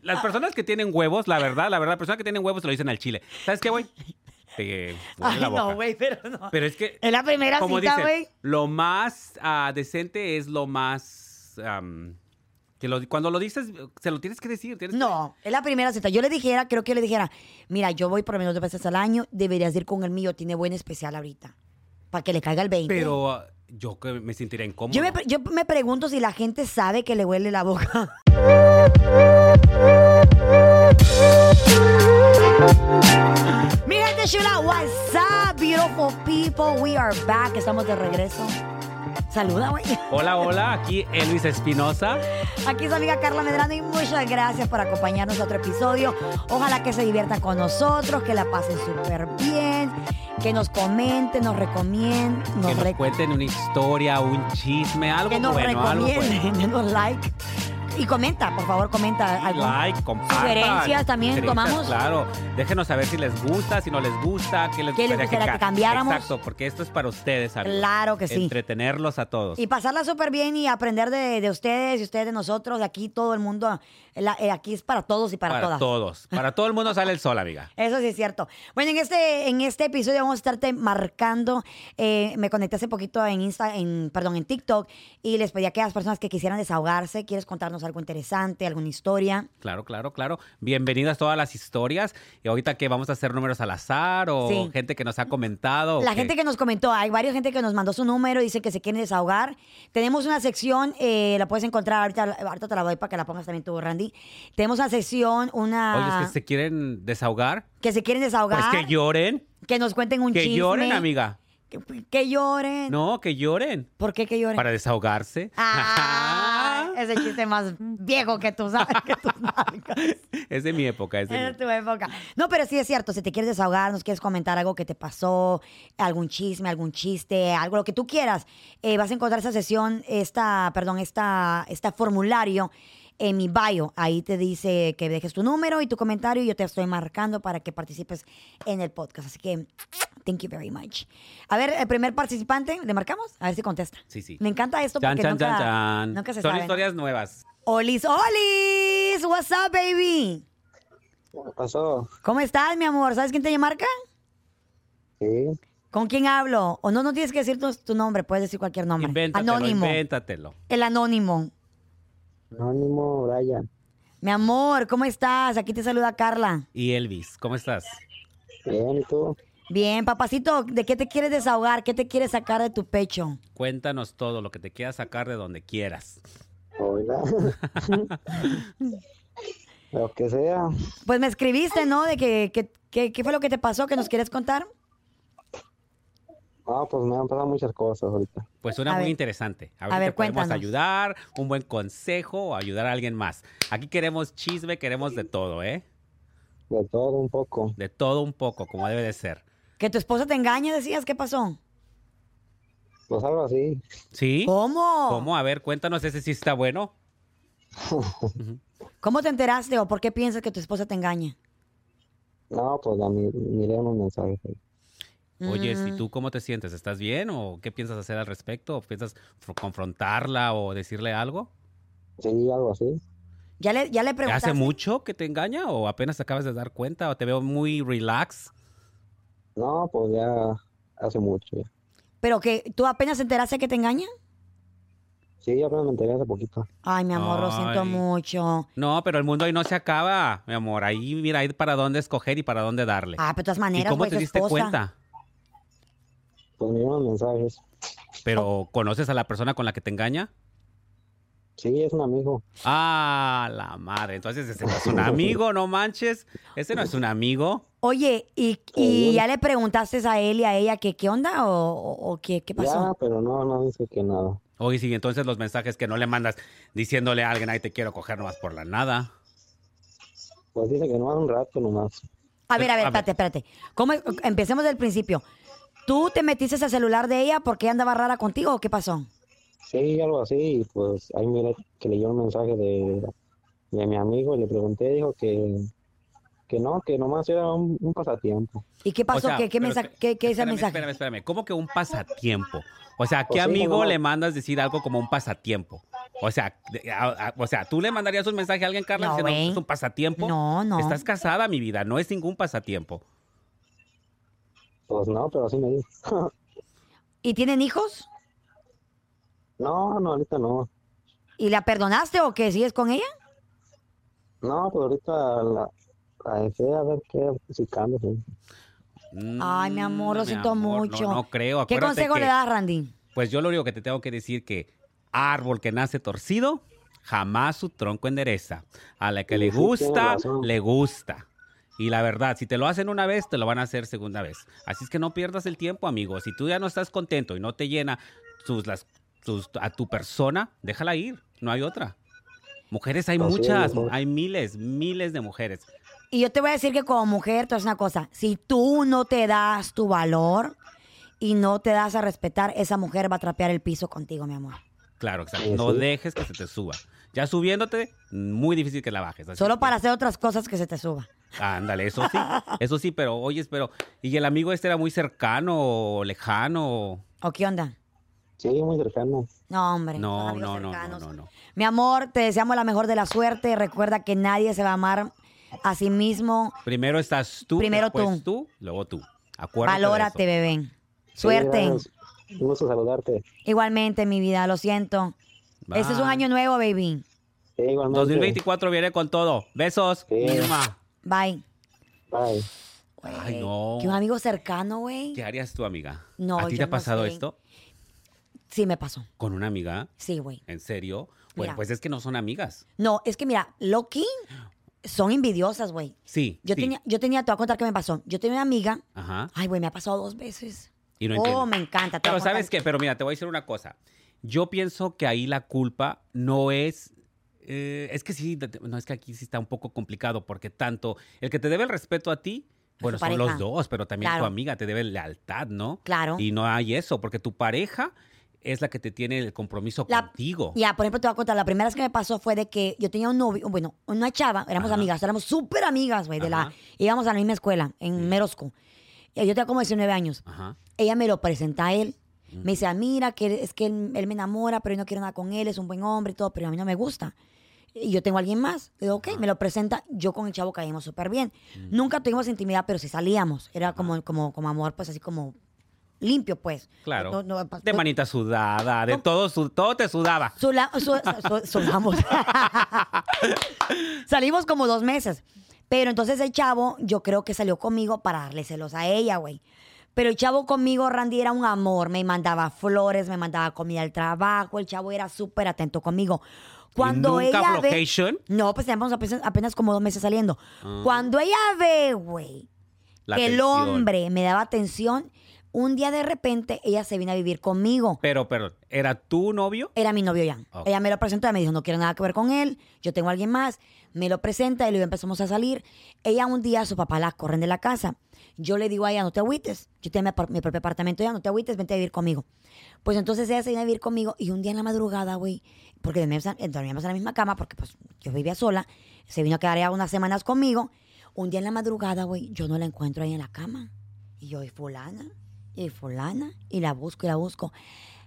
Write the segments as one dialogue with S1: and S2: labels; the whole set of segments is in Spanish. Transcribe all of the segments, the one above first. S1: Las
S2: Ah.
S1: personas que tienen huevos, la verdad, la verdad, las personas que tienen huevos se lo dicen al chile. ¿Sabes qué, güey? Te huele
S2: Ay,
S1: la boca.
S2: no, güey, pero no.
S1: Pero es que,
S2: es la primera
S1: como
S2: cita,
S1: dicen,
S2: güey.
S1: lo más ah, decente es lo más... am, que lo- cuando lo dices, se lo tienes que decir. tienes que-
S2: No, es la primera cita. Yo le dijera, creo que le dijera, mira, yo voy por lo menos dos veces al año, deberías ir con el mío, tiene buen especial ahorita. Para que le caiga el 20.
S1: Pero ah, yo que me sentiría incómodo.
S2: yo, me, pre- yo me pregunto si la gente sabe que le huele la boca. Mi gente chula, este what's up, beautiful people? We are back, estamos de regreso. Saluda, güey.
S1: Hola, hola, aquí Elvis Espinosa.
S2: Aquí su amiga Carla Medrano y muchas gracias por acompañarnos a otro episodio. Ojalá que se diviertan con nosotros, que la pasen súper bien, que nos comenten, nos recomienden,
S1: Que
S2: nos,
S1: nos
S2: re-
S1: cuenten una historia, un chisme, algo
S2: que nos
S1: bueno, algo bueno.
S2: recomienden, denos like. Y comenta, por favor, comenta algo.
S1: Like, compartan.
S2: Sugerencias también
S1: Sugerencias,
S2: tomamos.
S1: Claro, déjenos saber si les gusta, si no les gusta, qué les,
S2: ¿Qué les gustaría que
S1: ca-
S2: cambiáramos?
S1: Exacto, porque esto es para ustedes, amigos.
S2: Claro que sí.
S1: Entretenerlos a todos.
S2: Y pasarla súper bien y aprender de, de ustedes y ustedes de nosotros. Aquí todo el mundo, la- eh, aquí es para todos y para, todas.
S1: todos. Para todo el mundo sale el sol, amiga.
S2: Eso sí es cierto. Bueno, en este, en este episodio vamos a estarte marcando. eh, me conecté hace poquito en Insta, en, perdón, en TikTok y les pedí a aquellas personas que quisieran desahogarse, quieres contarnos algo interesante, alguna historia.
S1: Claro, claro, claro. Bienvenidas todas las historias. Y ahorita que vamos a hacer números al azar o
S2: Sí.
S1: gente que nos ha comentado. o
S2: La gente que nos comentó, hay varias gente que nos mandó su número, dice que se quieren desahogar. Tenemos una sección, eh, la puedes encontrar ahorita, ahorita te la doy para que la pongas también tú, Randy. Tenemos una sección, una
S1: Oye, es que se quieren desahogar.
S2: que se quieren desahogar,
S1: Pues que lloren.
S2: que nos cuenten un
S1: Que
S2: chisme,
S1: lloren, amiga.
S2: que, que lloren.
S1: No, que lloren.
S2: ¿Por qué que lloren?
S1: Para desahogarse.
S2: Ah, ese chiste más viejo que tú sabes que tus nalgas.
S1: es de mi época, es de mi
S2: Es tu época. No, pero sí es cierto. Si te quieres desahogar, nos quieres comentar algo que te pasó, algún chisme, algún chiste, algo, lo que tú quieras, eh, vas a encontrar esa sesión, esta, perdón, esta, este formulario en mi bio. Ahí te dice que dejes tu número y tu comentario y yo te estoy marcando para que participes en el podcast. Así que, thank you very much. A ver, el primer participante, ¿le marcamos? A ver si contesta.
S1: Sí, sí.
S2: Me encanta esto
S1: Chan,
S2: porque
S1: chan,
S2: nunca,
S1: chan, chan.
S2: nunca se
S1: Son
S2: sabe.
S1: historias nuevas.
S2: Olis, Olis, what's up, baby?
S3: ¿Qué pasó?
S2: ¿Cómo estás, mi amor? ¿Sabes quién te marca?
S3: Sí.
S2: ¿Con quién hablo? O no, no tienes que decir tu, tu nombre, puedes decir cualquier nombre.
S1: Invéntatelo,
S2: anónimo.
S1: invéntatelo.
S2: El anónimo.
S3: Anónimo Brian.
S2: Mi amor, ¿cómo estás? Aquí te saluda Carla.
S1: Y Elvis, ¿cómo estás?
S3: Bien, ¿y tú?
S2: Bien, papacito, ¿de qué te quieres desahogar? ¿Qué te quieres sacar de tu pecho?
S1: Cuéntanos todo lo que te quieras sacar de donde quieras.
S3: Hola. Lo que sea.
S2: Pues me escribiste, ¿no? De que, que- que- qué fue lo que te pasó, que nos quieres contar.
S3: Ah, pues me han pasado muchas cosas ahorita.
S1: Pues una
S2: A
S1: muy
S2: ver.
S1: interesante. A ver,
S2: A
S1: si te
S2: ver,
S1: podemos
S2: cuéntanos.
S1: ayudar, un buen consejo o ayudar a alguien más. Aquí queremos chisme, queremos de todo, ¿eh?
S3: De todo un poco.
S1: De todo un poco, como debe de ser.
S2: Que tu esposa te engaña, decías, ¿qué pasó?
S3: Pues algo así.
S1: ¿Sí?
S2: ¿Cómo?
S1: ¿Cómo? A ver, cuéntanos ese sí está bueno.
S2: ¿Cómo te enteraste o por qué piensas que tu esposa te engaña?
S3: No, pues la mi- miré unos mensajes. ahí.
S1: Oye,
S2: Mm.
S1: ¿y tú cómo te sientes? ¿Estás bien o qué piensas hacer al respecto? ¿O ¿Piensas fr- confrontarla o decirle algo?
S3: Sí, algo así.
S2: Ya le, ya le preguntaste.
S1: ¿Hace mucho que te engaña o apenas te acabas de dar cuenta o te veo muy relax?
S3: No, pues ya hace mucho ya.
S2: Pero que tú apenas te enteraste que te engaña.
S3: Sí, ya me enteré hace poquito.
S2: Ay, mi amor, lo siento
S1: Ay.
S2: mucho.
S1: No, pero el mundo ahí no se acaba, mi amor. Ahí, mira, hay para dónde escoger y para dónde darle.
S2: Ah, pero de todas
S1: ¿Y
S2: maneras,
S1: cómo
S2: güey,
S1: te
S2: tu
S1: diste
S2: esposa.
S1: cuenta?
S3: Pues miré unos mensajes.
S2: Oh.
S1: ¿Pero conoces a la persona con la que te engaña?
S3: Sí, es un amigo.
S1: Ah, la madre. Entonces, ese no es un amigo, no manches. Ese no es un amigo.
S2: Oye, ¿y, y ya le preguntaste a él y a ella que qué onda o, o- o qué, qué
S3: Ya,
S2: pasó?
S3: pero no, no dice que nada.
S1: Oye, sí, entonces los mensajes que no le mandas diciéndole a alguien, ay, te quiero coger nomás por la nada.
S3: Pues dice que no hace un rato nomás.
S2: A ver, a ver,
S1: A ver.
S2: espérate, espérate. ¿Cómo es- Empecemos del principio. ¿Tú te metiste al celular de ella porque ella andaba rara contigo o qué pasó?
S3: Sí, algo así, y pues ahí miré que leyó un mensaje de, de mi amigo y le pregunté, dijo que, que no, que nomás era un, un pasatiempo.
S2: ¿Y qué pasó?
S1: O sea,
S2: ¿Qué, qué,
S1: pero
S2: mensa-
S1: espe-
S2: qué- qué es el
S1: espérame,
S2: mensaje?
S1: Espérame, espérame. ¿Cómo que un pasatiempo? O sea, ¿a qué
S3: Pues sí,
S1: amigo
S3: como-
S1: le mandas decir algo como un pasatiempo? O sea, de- a- a- o sea, tú le mandarías un mensaje a alguien, Carla,
S2: No,
S1: diciendo, "Pues,
S2: güey.
S1: es un pasatiempo.
S2: No, no.
S1: Estás casada, mi vida, no es ningún pasatiempo.
S3: Pues no, pero así me dijo.
S2: ¿Y tienen hijos?
S3: No, no, ahorita no.
S2: ¿Y la perdonaste o que sigues con ella?
S3: No, pues ahorita la, la dejé a ver qué, si cambia. sí.
S2: Ay, mi amor, lo
S1: Mm, mi
S2: siento
S1: amor, no,
S2: mucho.
S1: No, creo.
S2: ¿Qué
S1: Acuérdate
S2: consejo le
S1: que-
S2: das, Randy?
S1: Pues yo lo único que te tengo que decir que árbol que nace torcido, jamás su tronco endereza. A la que le
S3: Sí, sí, tienes
S1: gusta,
S3: razón.
S1: le gusta. Y la verdad, si te lo hacen una vez, te lo van a hacer segunda vez. Así es que no pierdas el tiempo, amigo. Si tú ya no estás contento y no te llena sus, las, sus- a tu persona, déjala ir. No hay otra. Mujeres hay
S3: Así es,
S1: muchas,
S3: mejor.
S1: hay miles, miles de mujeres.
S2: Y yo te voy a decir que como mujer, tú haces una cosa. Si tú no te das tu valor y no te das a respetar, esa mujer va a trapear el piso contigo, mi amor.
S1: Claro, exacto.
S3: Sí,
S1: No
S3: sí.
S1: dejes que se te suba. Ya subiéndote, muy difícil que la bajes. Así
S2: Solo
S1: Pues que-
S2: para hacer otras cosas que se te suba.
S1: Ándale, eso sí, eso sí, pero oyes, pero ¿y el amigo este era muy cercano o lejano?
S2: ¿O qué onda?
S3: Sí, muy cercano.
S2: No, hombre. son
S1: No,
S2: amigos
S1: no, no, no,
S2: cercanos.
S1: no, no.
S2: Mi amor, te deseamos la mejor de la suerte. Recuerda que nadie se va a amar a sí mismo.
S1: Primero estás tú,
S2: Primero
S1: después tú. luego tú. Acuérdate de
S2: Valórate,
S1: eso.
S2: bebé.
S3: Sí,
S2: Suerte.
S3: gracias. Un gusto saludarte.
S2: Igualmente, mi vida, lo siento.
S1: Bye.
S2: Este es un año nuevo, baby.
S3: Sí, igualmente.
S1: 2024 viene con todo. Besos.
S3: Sí.
S1: Mua.
S2: Bye.
S3: Bye.
S1: Ay,
S2: Güey,
S1: no.
S2: Que un amigo cercano, güey.
S1: ¿Qué harías tú, amiga?
S2: No,
S1: ¿A ti
S2: yo
S1: te ha
S2: no
S1: pasado
S2: sé.
S1: esto
S2: Sí, me pasó.
S1: con una amiga?
S2: Sí, güey.
S1: ¿En serio?
S2: Mira.
S1: Bueno, pues es que no son amigas.
S2: No, es que mira, Loki son envidiosas, güey.
S1: Sí.
S2: Yo
S1: sí.
S2: tenía, yo tenía, te voy a contar qué me pasó. Yo tenía una amiga.
S1: Ajá.
S2: Ay, güey, me ha pasado dos veces.
S1: Y no
S2: oh,
S1: entiendo.
S2: me encanta. te voy
S1: Pero
S2: a contar.
S1: sabes qué, pero mira, te voy a decir una cosa. Yo pienso que ahí la culpa no es... eh, es que sí, te- no es que aquí sí está un poco complicado porque tanto el que te debe el respeto a ti,
S2: A
S1: bueno,
S2: su
S1: son
S2: pareja.
S1: los dos, pero también
S2: Claro.
S1: tu amiga te debe lealtad, ¿no?
S2: Claro.
S1: Y no hay eso, porque tu pareja es la que te tiene el compromiso
S2: La-
S1: contigo.
S2: Ya, ah, por ejemplo, te voy a contar, la primera vez que me pasó fue de que yo tenía un novio, bueno, una chava, éramos
S1: Ajá.
S2: amigas, éramos súper amigas, güey, de la,
S1: Ajá.
S2: íbamos a la misma escuela, en Merosco. Y Yo tenía como 19 años.
S1: Ajá.
S2: Ella me lo presenta a él. Me dice, "Ah, mira, que es que él, él me enamora, pero yo no quiero nada con él, es un buen hombre y todo, pero a mí no me gusta. Y yo tengo a alguien más. Le digo, ok, me lo presenta. Yo con el chavo caímos súper bien. Nunca tuvimos intimidad, pero sí salíamos. Era como, como, como amor, pues así como limpio, pues.
S1: Claro.
S2: No- no-
S1: de manita sudada, de todo, su- todo te sudaba.
S2: Sula- su- su- sudamos. Salimos como dos meses. Pero entonces el chavo, yo creo que salió conmigo para darle celos a ella, güey. Pero el chavo conmigo, Randy, era un amor. Me mandaba flores, me mandaba comida al trabajo. El chavo era súper atento conmigo. Cuando
S1: ¿Y nunca
S2: ella ve...
S1: flocation?
S2: No, pues tenemos apenas, apenas como dos meses saliendo. Cuando ella ve, güey,
S1: Ah. La
S2: que el
S1: atención.
S2: hombre me daba atención, un día de repente ella se vino a vivir conmigo
S1: Pero, pero, ¿era tu novio?
S2: era mi novio ya.
S1: Ok.
S2: Ella me lo presentó, ella me dijo, no quiero nada que ver con él, yo tengo a alguien más. Me lo presenta y luego empezamos a salir. Ella un día, su papá la corren de la casa. Yo le digo a ella, no te agüites. Yo tengo mi, apar- mi propio apartamento ya, no te agüites, vente a vivir conmigo. Pues entonces ella se viene a vivir conmigo y un día en la madrugada, güey, porque dormíamos en dormíamos en la misma cama, porque pues yo vivía sola, se vino a quedar ya unas semanas conmigo. Un día en la madrugada, güey, yo no la encuentro ahí en la cama. Y yo, y fulana, y fulana, y la busco, y la busco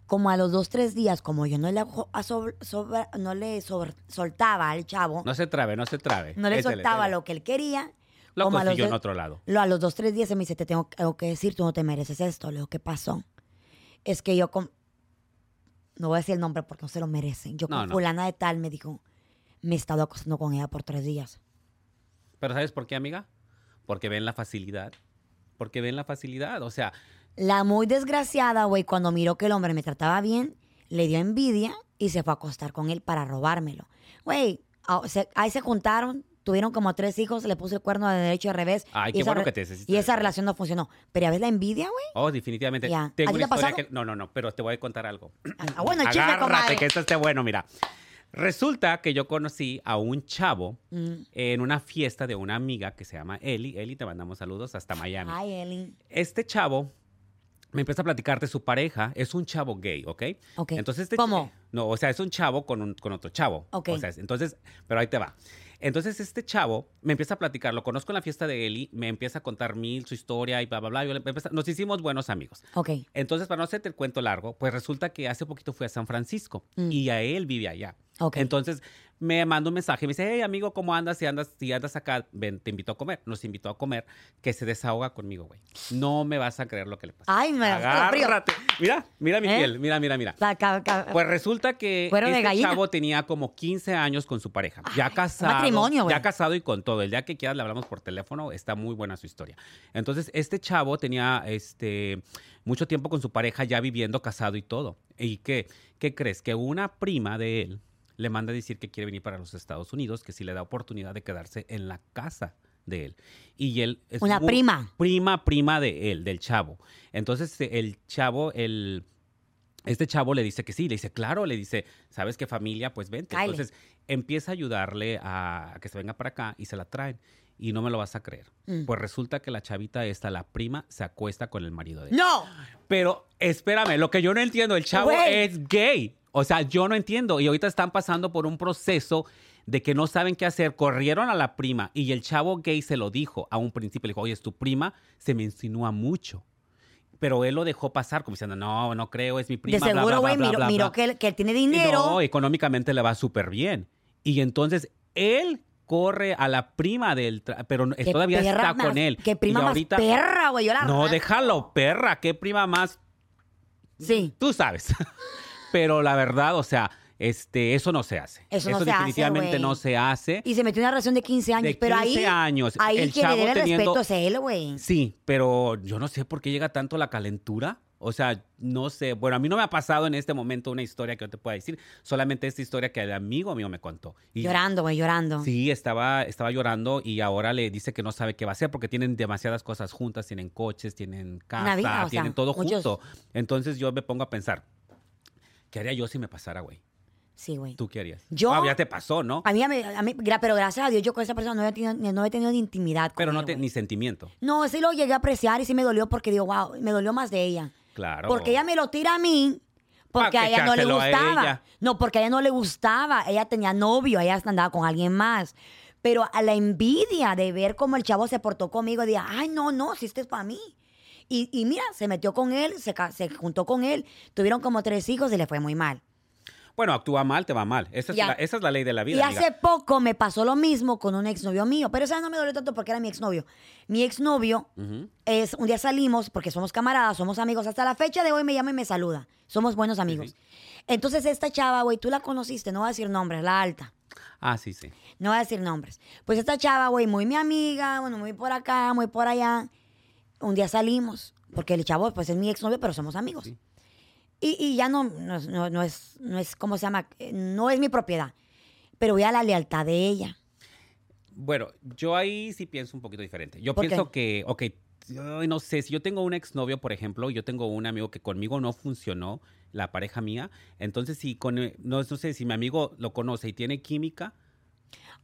S2: como a los dos, tres días, como yo no le, ajo- a sobr- sobra- no le sobr- soltaba al chavo, no,
S1: No se trabe, no se trabe.
S2: le
S1: Échale,
S2: soltaba
S1: échale.
S2: lo que él quería.
S1: Lo
S2: como a los
S1: consiguió en
S2: dos-
S1: otro lado.
S2: lo- a los dos, tres días se me dice, te tengo algo que decir, tú no te mereces esto. Le digo, ¿qué pasó? Es que yo con... No voy a decir el nombre porque no se lo merecen. Yo
S1: No,
S2: con
S1: no.
S2: fulana de tal me dijo, me he estado acostando con ella por tres días.
S1: Pero ¿sabes por qué, amiga? Porque ven la facilidad. Porque ven la facilidad. O sea,
S2: La muy desgraciada, güey, cuando miró que el hombre me trataba bien, le dio envidia y se fue a acostar con él para robármelo. Güey, a- se- ahí se juntaron, tuvieron como tres hijos, le puso el cuerno de derecho y al revés.
S1: Ay,
S2: y
S1: qué
S2: esa
S1: bueno
S2: re-
S1: que te deshiciste
S2: Y
S1: de
S2: esa
S1: eso.
S2: relación no funcionó. Pero ya ves la envidia, güey.
S1: oh, definitivamente.
S2: Ya. ¿A
S1: Tengo
S2: ti
S1: una
S2: te ha
S1: historia
S2: pasado?
S1: que. No, no, no, pero te voy a contar algo.
S2: Ah, bueno, el chisme,
S1: Agárrate,
S2: comadre.
S1: que esto esté bueno, mira. Resulta que yo conocí a un chavo
S2: Mm.
S1: en una fiesta de una amiga que se llama Eli. Eli, te mandamos saludos hasta Miami.
S2: Ay, Eli.
S1: Este chavo me empieza a platicar de su pareja. Es un chavo gay, ¿ok?
S2: Ok.
S1: Entonces este
S2: ¿Cómo?
S1: No, o sea, es un chavo con, un- con otro chavo.
S2: Ok.
S1: O sea, es- entonces, pero ahí te va. Entonces este chavo me empieza a platicar, lo conozco en la fiesta de Eli, me empieza a contar mil su historia y bla, bla, bla. Yo le empecé- nos hicimos buenos amigos.
S2: Ok.
S1: Entonces, para no hacerte el cuento largo, pues resulta que hace poquito fui a San Francisco
S2: Mm.
S1: y a él vive allá.
S2: Ok.
S1: Entonces me manda un mensaje, me dice, hey amigo, ¿cómo andas? Si andas, si andas acá, ven, te invito a comer. Nos invitó a comer, que se desahoga conmigo, güey. No me vas a creer lo que le pasa.
S2: Ay, Ah, me da frío.
S1: Agárrate. Mira, mira mi
S2: ¿Eh?
S1: piel, mira, mira, mira.
S2: La ca- ca-
S1: Pues resulta que
S2: Cuero de
S1: este
S2: gallina.
S1: chavo tenía como 15 años con su pareja. Ya casado.
S2: matrimonio, güey.
S1: ya casado y con todo. El día que quieras le hablamos por teléfono. Está muy buena su historia. Entonces, este chavo tenía este mucho tiempo con su pareja, ya viviendo casado y todo. ¿Y qué, qué crees? Que una prima de él le manda a decir que quiere venir para los Estados Unidos, que si le da oportunidad de quedarse en la casa de él. Y él es
S2: Una
S1: muy-
S2: prima.
S1: prima, prima de él, del chavo. Entonces eh, el chavo, el... Este chavo le dice que sí, le dice, claro, le dice, ¿sabes qué familia? Pues vente.
S2: Cáele.
S1: Entonces empieza a ayudarle a, a que se venga para acá y se la traen. Y no me lo vas a creer.
S2: Mm.
S1: Pues resulta que la chavita esta, la prima, se acuesta con el marido de él.
S2: No.
S1: Pero espérame, lo que yo no entiendo, el chavo
S2: Güey.
S1: es gay. O sea, yo no entiendo. Y ahorita están pasando por un proceso de que no saben qué hacer. Corrieron a la prima y el chavo gay se lo dijo a un principio. Le dijo, oye, es tu prima, se me insinúa mucho. Pero él lo dejó pasar como diciendo, no, no creo, es mi prima.
S2: De
S1: bla, bla,
S2: seguro,
S1: bla,
S2: güey,
S1: bla,
S2: miró,
S1: bla,
S2: miró
S1: bla".
S2: que, él- que él tiene
S1: Y
S2: dinero.
S1: No, económicamente le va súper bien. Y entonces él corre a la prima del... tra- Pero
S2: Qué
S1: todavía
S2: perra
S1: está
S2: más-
S1: con él.
S2: Qué prima
S1: Y
S2: más
S1: ahorita-
S2: perra, güey. Yo la
S1: No,
S2: arranco.
S1: déjalo, perra. Qué prima más
S2: Sí.
S1: tú sabes. Pero la verdad, o sea, este, eso no se hace.
S2: Eso no se hace,
S1: definitivamente
S2: güey.
S1: no se hace.
S2: Y se metió en una relación de 15 años.
S1: de
S2: pero
S1: 15
S2: ahí,
S1: años,
S2: ahí
S1: el
S2: quien le
S1: chavo
S2: debe el
S1: teniendo-
S2: respeto es él, güey.
S1: Sí, pero yo no sé por qué llega tanto la calentura. O sea, no sé. Bueno, a mí no me ha pasado en este momento una historia que yo te pueda decir. Solamente esta historia que el amigo mío me contó. Y
S2: Llorando, güey, llorando.
S1: Sí, estaba, estaba llorando y ahora le dice que no sabe qué va a hacer porque tienen demasiadas cosas juntas, tienen coches, tienen casa,
S2: vida, o sea,
S1: tienen todo
S2: muchos-
S1: junto. Entonces yo me pongo a pensar, ¿qué haría yo si me pasara, güey?
S2: Sí, güey.
S1: ¿Tú qué harías?
S2: Yo-
S1: Ah, ya te pasó, ¿no?
S2: A mí, a mí- a mí- gra- pero gracias a Dios, yo con esa persona no he tenido, no he tenido ni intimidad. con
S1: Pero no
S2: él,
S1: te,
S2: güey.
S1: ni sentimiento.
S2: No, sí lo llegué a apreciar y sí me dolió porque digo, wow, me dolió más de ella.
S1: Claro.
S2: Porque ella me lo tira a mí. Porque
S1: Pa'
S2: a
S1: que
S2: ella no le
S1: echárselo a
S2: gustaba.
S1: ella.
S2: No, porque a ella no le gustaba. Ella tenía novio, ella andaba con alguien más. Pero a la envidia de ver cómo el chavo se portó conmigo, dije, ay, no, no, si este es para mí. Y, y mira, se metió con él, se, ca- se juntó con él, tuvieron como tres hijos y le fue muy mal.
S1: Bueno, actúa mal, te va mal. Esa es,
S2: Ya.
S1: la, esa es la ley de la vida.
S2: y
S1: amiga.
S2: hace poco me pasó lo mismo con un exnovio mío, pero esa no me dolió tanto porque era mi exnovio. Mi exnovio
S1: Ujú.
S2: es un día salimos porque somos camaradas, somos amigos. Hasta la fecha de hoy me llama y me saluda. Somos buenos amigos. Entonces esta chava, güey, tú la conociste, no voy a decir nombres, la alta.
S1: Ah, sí, sí.
S2: No voy a decir nombres. Pues esta chava, güey, muy mi amiga, bueno, muy por acá, muy por allá. Un día salimos, porque el chavo, pues es mi exnovio, pero somos amigos.
S1: Sí.
S2: Y, y ya no, no, es- no- no es, no es, ¿cómo se llama? Eh, No es mi propiedad. Pero voy a la lealtad de ella.
S1: Bueno, yo ahí sí pienso un poquito diferente. Yo
S2: ¿Por qué?
S1: pienso que, ok, ay, no sé, si yo tengo un exnovio, por ejemplo, yo tengo un amigo que conmigo no funcionó, la pareja mía, entonces si con, eh, no, no sé, si mi amigo lo conoce y tiene química,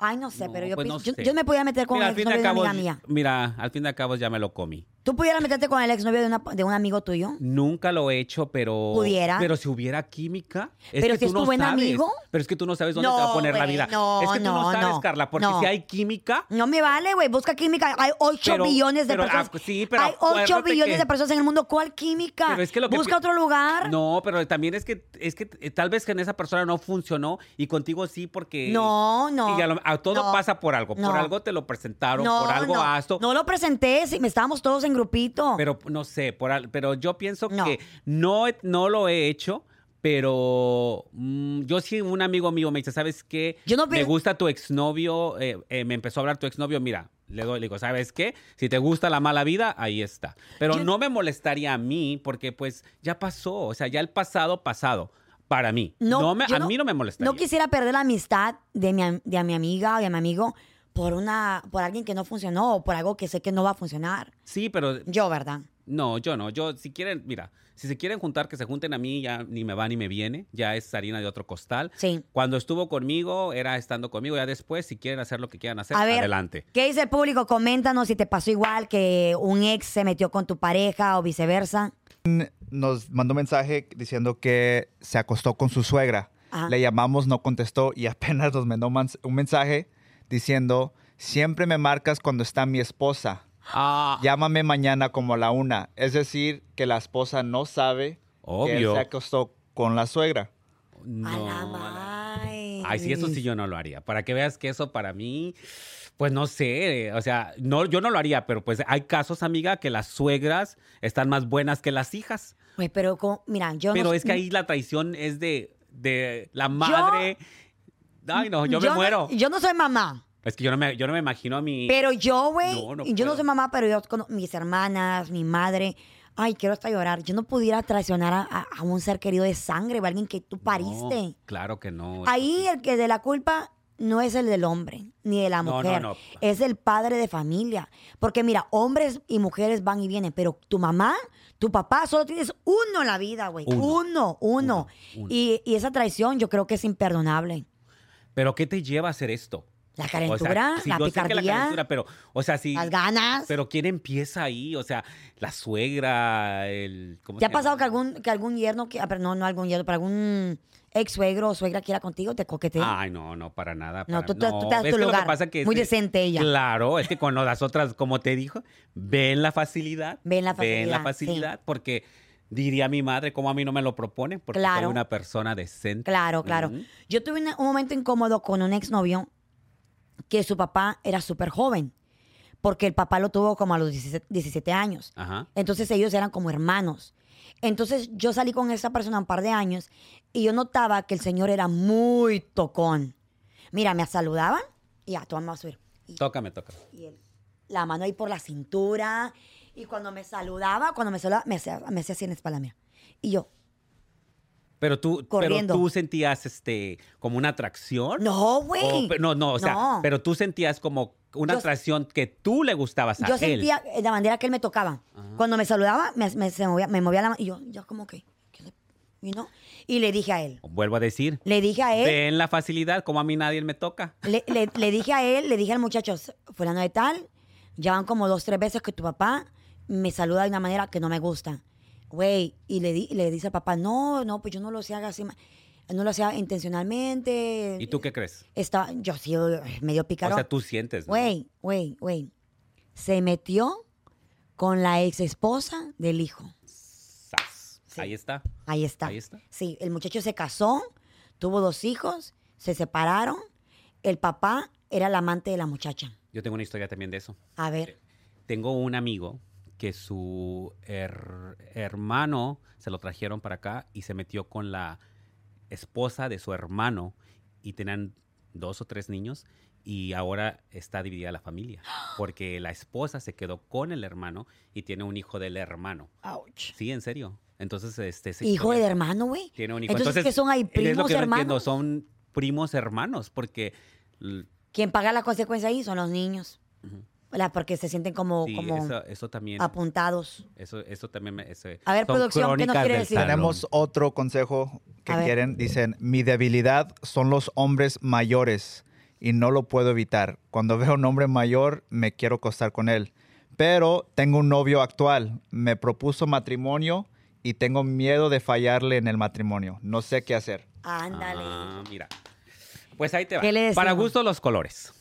S2: Ay, no sé,
S1: No,
S2: pero yo,
S1: pues no
S2: pienso- yo-
S1: sé.
S2: yo me podía meter con
S1: mira,
S2: el
S1: al fin de
S2: exnovio de una
S1: cabo,
S2: amiga mía.
S1: mira, al fin de cabo ya me lo comí.
S2: ¿Tú pudieras meterte con el exnovio de, una, de un amigo tuyo?
S1: Nunca lo he hecho, pero.
S2: ¿Pudiera?
S1: Pero si hubiera química. Es
S2: Pero
S1: que tú
S2: si es
S1: no
S2: tu buen
S1: sabes.
S2: amigo.
S1: Pero es que tú no sabes dónde
S2: No,
S1: te va a poner la
S2: güey,
S1: vida.
S2: no,
S1: es que tú no,
S2: no,
S1: sabes,
S2: no,
S1: Carla, porque
S2: no.
S1: si hay química.
S2: No me vale, güey. Busca química. Hay 8
S1: Pero-
S2: billones de
S1: pero,
S2: personas.
S1: ah, sí, pero
S2: Hay 8
S1: acuérdate
S2: billones
S1: que-
S2: de personas en el mundo. ¿Cuál química?
S1: Pero es que lo que
S2: Busca
S1: pi-
S2: otro lugar.
S1: No, pero también es que, es que eh, tal vez que en esa persona no funcionó y contigo sí, porque.
S2: No, no.
S1: Y a lo- a todo
S2: No.
S1: pasa por algo.
S2: No.
S1: Por algo te lo presentaron,
S2: No,
S1: por algo
S2: no.
S1: hasta.
S2: No lo presenté. sí, me estábamos todos en grupito.
S1: Pero no sé, por al- pero yo pienso
S2: No.
S1: que no, he- no lo he hecho, pero mm, yo sí, un amigo mío me dice, ¿sabes qué?
S2: Yo no
S1: me
S2: pienso-
S1: gusta tu exnovio, eh, eh, me empezó a hablar tu exnovio, mira, le doy, le digo, ¿sabes qué? Si te gusta la mala vida, ahí está. Pero
S2: Yo-
S1: no me molestaría a mí porque pues ya pasó, o sea, ya el pasado, pasado. Para mí.
S2: No,
S1: No, me-
S2: yo
S1: a
S2: no-
S1: mí no me molestaría.
S2: no quisiera perder la amistad de mi, am- de mi amiga o de mi amigo por una por alguien que no funcionó o por algo que sé que no va a funcionar.
S1: Sí, pero
S2: Yo, ¿verdad?
S1: No, yo no. Yo, si quieren, mira, si se quieren juntar, que se junten a mí, ya ni me va ni me viene. Ya es harina de otro costal.
S2: Sí.
S1: Cuando estuvo conmigo, era estando conmigo. Ya después, si quieren hacer lo que quieran hacer,
S2: A ver,
S1: adelante.
S2: ¿Qué dice el público? Coméntanos si te pasó igual que un ex se metió con tu pareja o viceversa.
S4: nos mandó un mensaje diciendo que se acostó con su suegra.
S2: Ajá.
S4: Le llamamos, no contestó y apenas nos mandó un mans- un mensaje diciendo, siempre me marcas cuando está mi esposa.
S1: Ah,
S4: Llámame mañana como a la una. Es decir, que la esposa no sabe que él
S1: obvio.
S4: se acostó con la suegra.
S2: A la
S1: No.
S2: madre.
S1: Ay, sí, eso sí yo no lo haría. Para que veas que eso para mí, pues no sé, o sea, no, yo no lo haría, pero pues hay casos, amiga, que las suegras están más buenas que las hijas.
S2: Güey, pero como- mira, yo no
S1: Pero
S2: sé-
S1: es que ahí la traición es de, de la madre. Ay, no, yo, me
S2: no-
S1: muero.
S2: yo no soy mamá.
S1: Es que yo no me, yo no me imagino a mi...
S2: Pero yo, güey,
S1: No, no
S2: yo no
S1: puedo.
S2: soy mamá, pero yo con mis hermanas, mi madre, ay, quiero hasta llorar. Yo no pudiera traicionar a, a- a un ser querido de sangre o alguien que tú pariste.
S1: No, claro que no.
S2: Ahí el que de la culpa no es el del hombre ni de la
S1: No, no,
S2: mujer,
S1: no.
S2: es el padre de familia. Porque mira, hombres y mujeres van y vienen, pero tu mamá, tu papá, solo tienes uno en la vida, güey. Uno,
S1: Uno.
S2: uno.
S1: Uno, uno.
S2: Y, y esa traición yo creo que es imperdonable.
S1: Pero ¿qué te lleva a hacer esto?
S2: La
S1: O sea,
S2: calentura,
S1: sí,
S2: la
S1: yo sé que
S2: picardía,
S1: la calentura, pero, o sea, sí...
S2: las ganas.
S1: Pero ¿quién empieza ahí? O sea, la suegra, el... ¿cómo
S2: ¿Te ha
S1: se llama?
S2: pasado que algún, que algún yerno, que, ah, pero no, no algún yerno, pero algún ex suegro o suegra quiera contigo, te coquetea?
S1: Ay, no, no, para nada.
S2: No,
S1: Ah, para-
S2: tú te- tú te das
S1: es
S2: tu
S1: que lo que
S2: lugar.
S1: pasa que es
S2: Muy
S1: que-
S2: decente ella.
S1: Claro, es que cuando las otras, como te dijo, ven la facilidad.
S2: Ven la
S1: Ven la
S2: facilidad,
S1: facilidad, porque diría mi madre, como a mí no me lo propone, porque
S2: Claro.
S1: soy una persona decente.
S2: Claro, claro.
S1: Ujú.
S2: Yo tuve una- un momento incómodo con un exnovio que su papá era súper joven, porque el papá lo tuvo como a los 17, 17 años.
S1: Ajá.
S2: Entonces ellos eran como hermanos. Entonces yo salí con esa persona un par de años y yo notaba que el señor era muy tocón. Mira, me saludaban y ya, toma, vamos a subir. Y
S1: Tócame, tócame.
S2: y él, la mano ahí por la cintura. Y cuando me saludaba, cuando me saludaba, me hacía, me hacía así en la espalda mía. Y yo,
S1: Pero tú, pero
S2: Corriendo.
S1: tú sentías este, como una atracción.
S2: no,
S1: O-
S2: güey.
S1: pe- Oh, no, no, o sea,
S2: No.
S1: pero tú sentías como una
S2: Yo-
S1: atracción que tú le gustabas a
S2: yo
S1: él.
S2: sentía eh, la bandera que él me tocaba. Cuando me saludaba, me, me- se movía, me movía la mano. Y yo, yo como que, ¿qué le- y no? Y le dije a él,
S1: Vuelvo a decir,
S2: le dije a él,
S1: ven la facilidad, como a mí nadie me toca.
S2: le, le- le dije a él, le dije al muchacho, fulano de tal, ya van como dos, tres veces que tu papá me saluda de una manera que no me gusta. Güey, y le, di, le dice al papá, no, no, pues yo no lo hacía así, ma- no lo hacía intencionalmente.
S1: ¿Y tú qué crees?
S2: Estaba, yo sí, eh, medio
S1: O
S2: picarón.
S1: sea, tú sientes. ¿no?
S2: Güey, güey, güey. Se metió con la ex esposa del hijo.
S1: Sas.
S2: Sí.
S1: Ahí está.
S2: Ahí está.
S1: Ahí está.
S2: Sí, el muchacho se casó, tuvo dos hijos, se separaron. El papá era el amante de la muchacha.
S1: Yo tengo una historia también de eso.
S2: A ver,
S1: Tengo un amigo que su her- hermano se lo trajeron para acá y se metió con la esposa de su hermano y tenían dos o tres niños y ahora está dividida la familia porque la esposa se quedó con el hermano y tiene un hijo del hermano.
S2: ouch.
S1: Sí, en serio. Entonces, este... esa
S2: Hijo
S1: historia-
S2: de hermano, güey.
S1: Tiene un hijo.
S2: Entonces, ¿qué son ahí,
S1: es lo que
S2: primos,
S1: yo no
S2: hermanos?
S1: entiendo, son primos hermanos porque... l-
S2: Quien paga la consecuencia ahí son los niños.
S1: Ujú.
S2: La- porque se sienten como,
S1: sí,
S2: como
S1: eso, eso también...
S2: apuntados.
S1: Eso, eso también me... ese-
S2: A ver,
S1: son
S2: producción, ¿qué nos
S1: crónicas
S2: quiere
S1: del
S2: decir?
S1: salón.
S4: Tenemos otro consejo que
S2: A ver.
S4: quieren. Dicen, mi debilidad son los hombres mayores y no lo puedo evitar. Cuando veo un hombre mayor, me quiero acostar con él. Pero tengo un novio actual. Me propuso matrimonio y tengo miedo de fallarle en el matrimonio. No sé qué hacer.
S2: Ándale.
S1: Ah, mira. Pues ahí te va.
S2: ¿Qué le
S1: Para
S2: decimos?
S1: gusto los colores.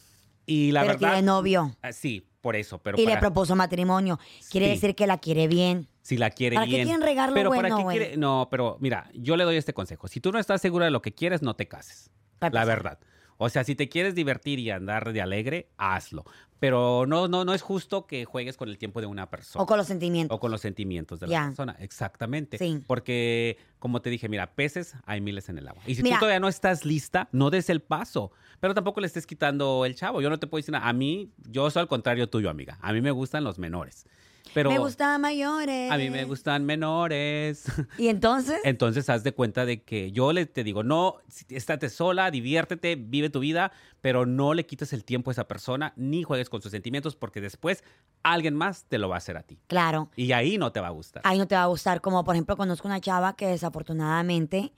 S1: Y la
S2: pero
S1: verdad.
S2: tiene novio.
S1: Ah, Sí, por eso. Pero
S2: Y
S1: para-
S2: le propuso matrimonio. Quiere
S1: Sí.
S2: decir que la quiere bien.
S1: si la quiere
S2: ¿Para qué
S1: bien.
S2: quieren regar lo
S1: pero
S2: bueno,
S1: para qué
S2: güey?
S1: quiere- No, pero mira, yo le doy este consejo. Si tú no estás segura de lo que quieres, no te cases.
S2: Para
S1: La
S2: empezar.
S1: verdad. O sea, si te quieres divertir y andar de alegre, hazlo. Pero no, no, no es justo que juegues con el tiempo de una persona.
S2: O con los sentimientos.
S1: O con los sentimientos de la
S2: Ya.
S1: persona, exactamente.
S2: Sí.
S1: Porque, como te dije, mira, peces hay miles en el agua. Y si
S2: Mira.
S1: tú todavía no estás lista, no des el paso. Pero tampoco le estés quitando el chavo. Yo no te puedo decir nada. A mí, yo soy al contrario tuyo, amiga. A mí me gustan los menores. Pero
S2: me gustan mayores.
S1: a mí me gustan menores.
S2: Y entonces,
S1: Entonces, haz de cuenta de que yo le te digo, no, si- estate sola, diviértete, vive tu vida, pero no le quites el tiempo a esa persona ni juegues con sus sentimientos porque después alguien más te lo va a hacer a ti.
S2: claro,
S1: Y ahí no te va a gustar.
S2: ahí no te va a gustar. Como por ejemplo, conozco una chava que desafortunadamente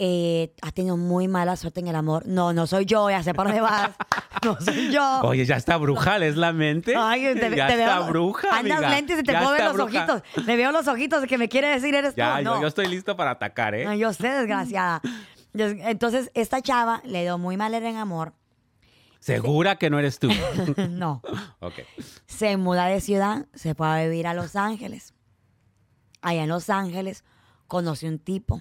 S2: eh, ha tenido muy mala suerte en el amor. No, no soy yo, ya sé para dónde vas. No soy yo.
S1: Oye, ya está bruja, ¿es la mente?
S2: Oh. Ay, te,
S1: ya
S2: te
S1: está
S2: veo-
S1: bruja,
S2: Andas
S1: amiga.
S2: lentes y te
S1: Ya
S2: puedo ver
S1: está
S2: los
S1: bruja.
S2: ojitos. Te veo los ojitos que me quiere decir eres
S1: Ya,
S2: tú.
S1: yo,
S2: No.
S1: yo estoy listo para atacar, ¿eh?
S2: No, yo sé, desgraciada. Des- Entonces, esta chava le dio muy mal en amor.
S1: Segura que no eres tú.
S2: no.
S1: Ok.
S2: Se muda de ciudad, se fue a vivir a Los Ángeles. Allá en Los Ángeles conoció un tipo.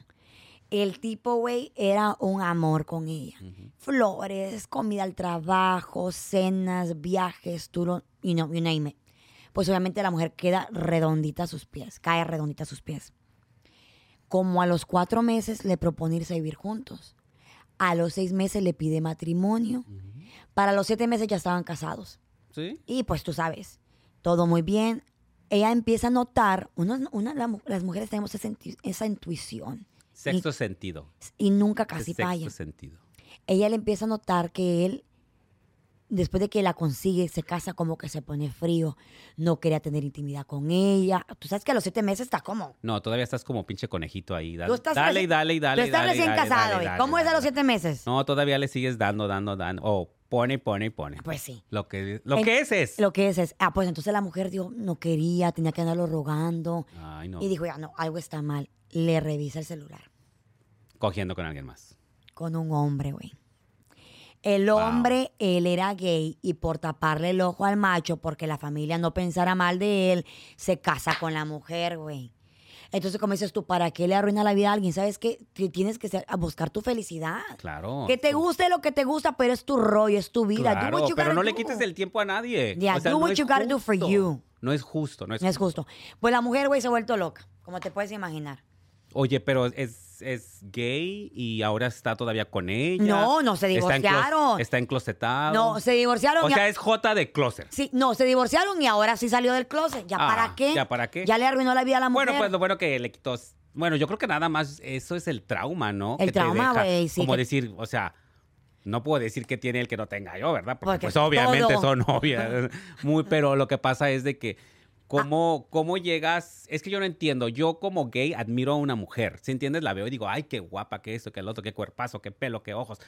S2: El tipo, güey, era un amor con ella. Flores, comida al trabajo, cenas, viajes, duro, you know, you name it. Pues obviamente la mujer queda redondita a sus pies, cae redondita a sus pies. Como a los cuatro meses le propone irse a vivir juntos. A los seis meses le pide matrimonio. Para los siete meses ya estaban casados.
S1: ¿Sí?
S2: Y pues tú sabes, todo muy bien. Ella empieza a notar, uno- una- la mu- las mujeres tenemos esa, intu- esa intuición
S1: Sexto sentido.
S2: y nunca casi
S1: Sexto
S2: falla.
S1: sentido.
S2: Ella le empieza a notar que él, después de que la consigue, se casa como que se pone frío, no quería tener intimidad con ella. Tú sabes que a los siete meses está como...
S1: No, todavía estás como pinche conejito ahí. Dale,
S2: Tú estás
S1: dale, y
S2: reci-
S1: dale, y dale.
S2: tú estás
S1: dale, y
S2: recién
S1: dale,
S2: casado,
S1: dale,
S2: ¿y
S1: dale,
S2: ¿cómo es a
S1: dale,
S2: los
S1: dale.
S2: siete meses?
S1: No, todavía le sigues dando, dando, dando. Oh, pone, pone, pone.
S2: Pues sí.
S1: Lo que, lo
S2: En-
S1: que es es.
S2: Lo que es es, ah, pues entonces la mujer dijo, no quería, tenía que andarlo rogando.
S1: Ay, no.
S2: Y dijo, ya no, algo está mal. Le revisa el celular.
S1: Cogiendo con alguien más.
S2: con un hombre, güey. El
S1: Wow.
S2: hombre, él era gay y por taparle el ojo al macho, porque la familia no pensara mal de él, se casa con la mujer, güey. Entonces, como dices tú, ¿para qué le arruina la vida a alguien? ¿Sabes qué? Ti- Tienes que ser- a buscar tu felicidad.
S1: Claro.
S2: Que te guste lo que te gusta, pero es tu rollo, es tu vida. Do
S1: Claro,
S2: what you
S1: pero
S2: gotta
S1: no le
S2: do.
S1: quites el tiempo a nadie.
S2: Yeah, do what
S1: es
S2: you gotta do for
S1: justo.
S2: you.
S1: No es justo, no es,
S2: No es justo. Pues la mujer, güey, se ha vuelto loca, como te puedes imaginar.
S1: Oye, pero es, es gay y ahora está todavía con ella.
S2: No, no se
S1: Está enclos-
S2: divorciaron.
S1: Está enclosetado.
S2: No, se divorciaron.
S1: Ah, O
S2: y a-
S1: sea, es J de closer.
S2: Sí, no, se divorciaron y ahora sí salió del closet. ¿Ya
S1: Ah,
S2: para qué?
S1: ¿ya para qué?
S2: Ya le arruinó la vida a la mujer.
S1: Bueno, pues lo bueno que le quitó. Bueno, yo creo que nada más eso es el trauma, ¿no? Que
S2: El
S1: te
S2: trauma,
S1: deja,
S2: güey, sí,
S1: Como
S2: que-
S1: decir, o sea, no puedo decir que tiene el que no tenga yo, ¿verdad? Porque,
S2: Porque
S1: pues obviamente
S2: todo.
S1: son obvias. Muy, pero lo que pasa es de que.
S2: Ah.
S1: ¿Cómo, ¿Cómo llegas? Es que yo no entiendo. Yo como gay admiro a una mujer. Si entiendes, la veo y digo, ay, qué guapa, qué esto, qué el otro, qué cuerpazo, qué pelo, qué ojos,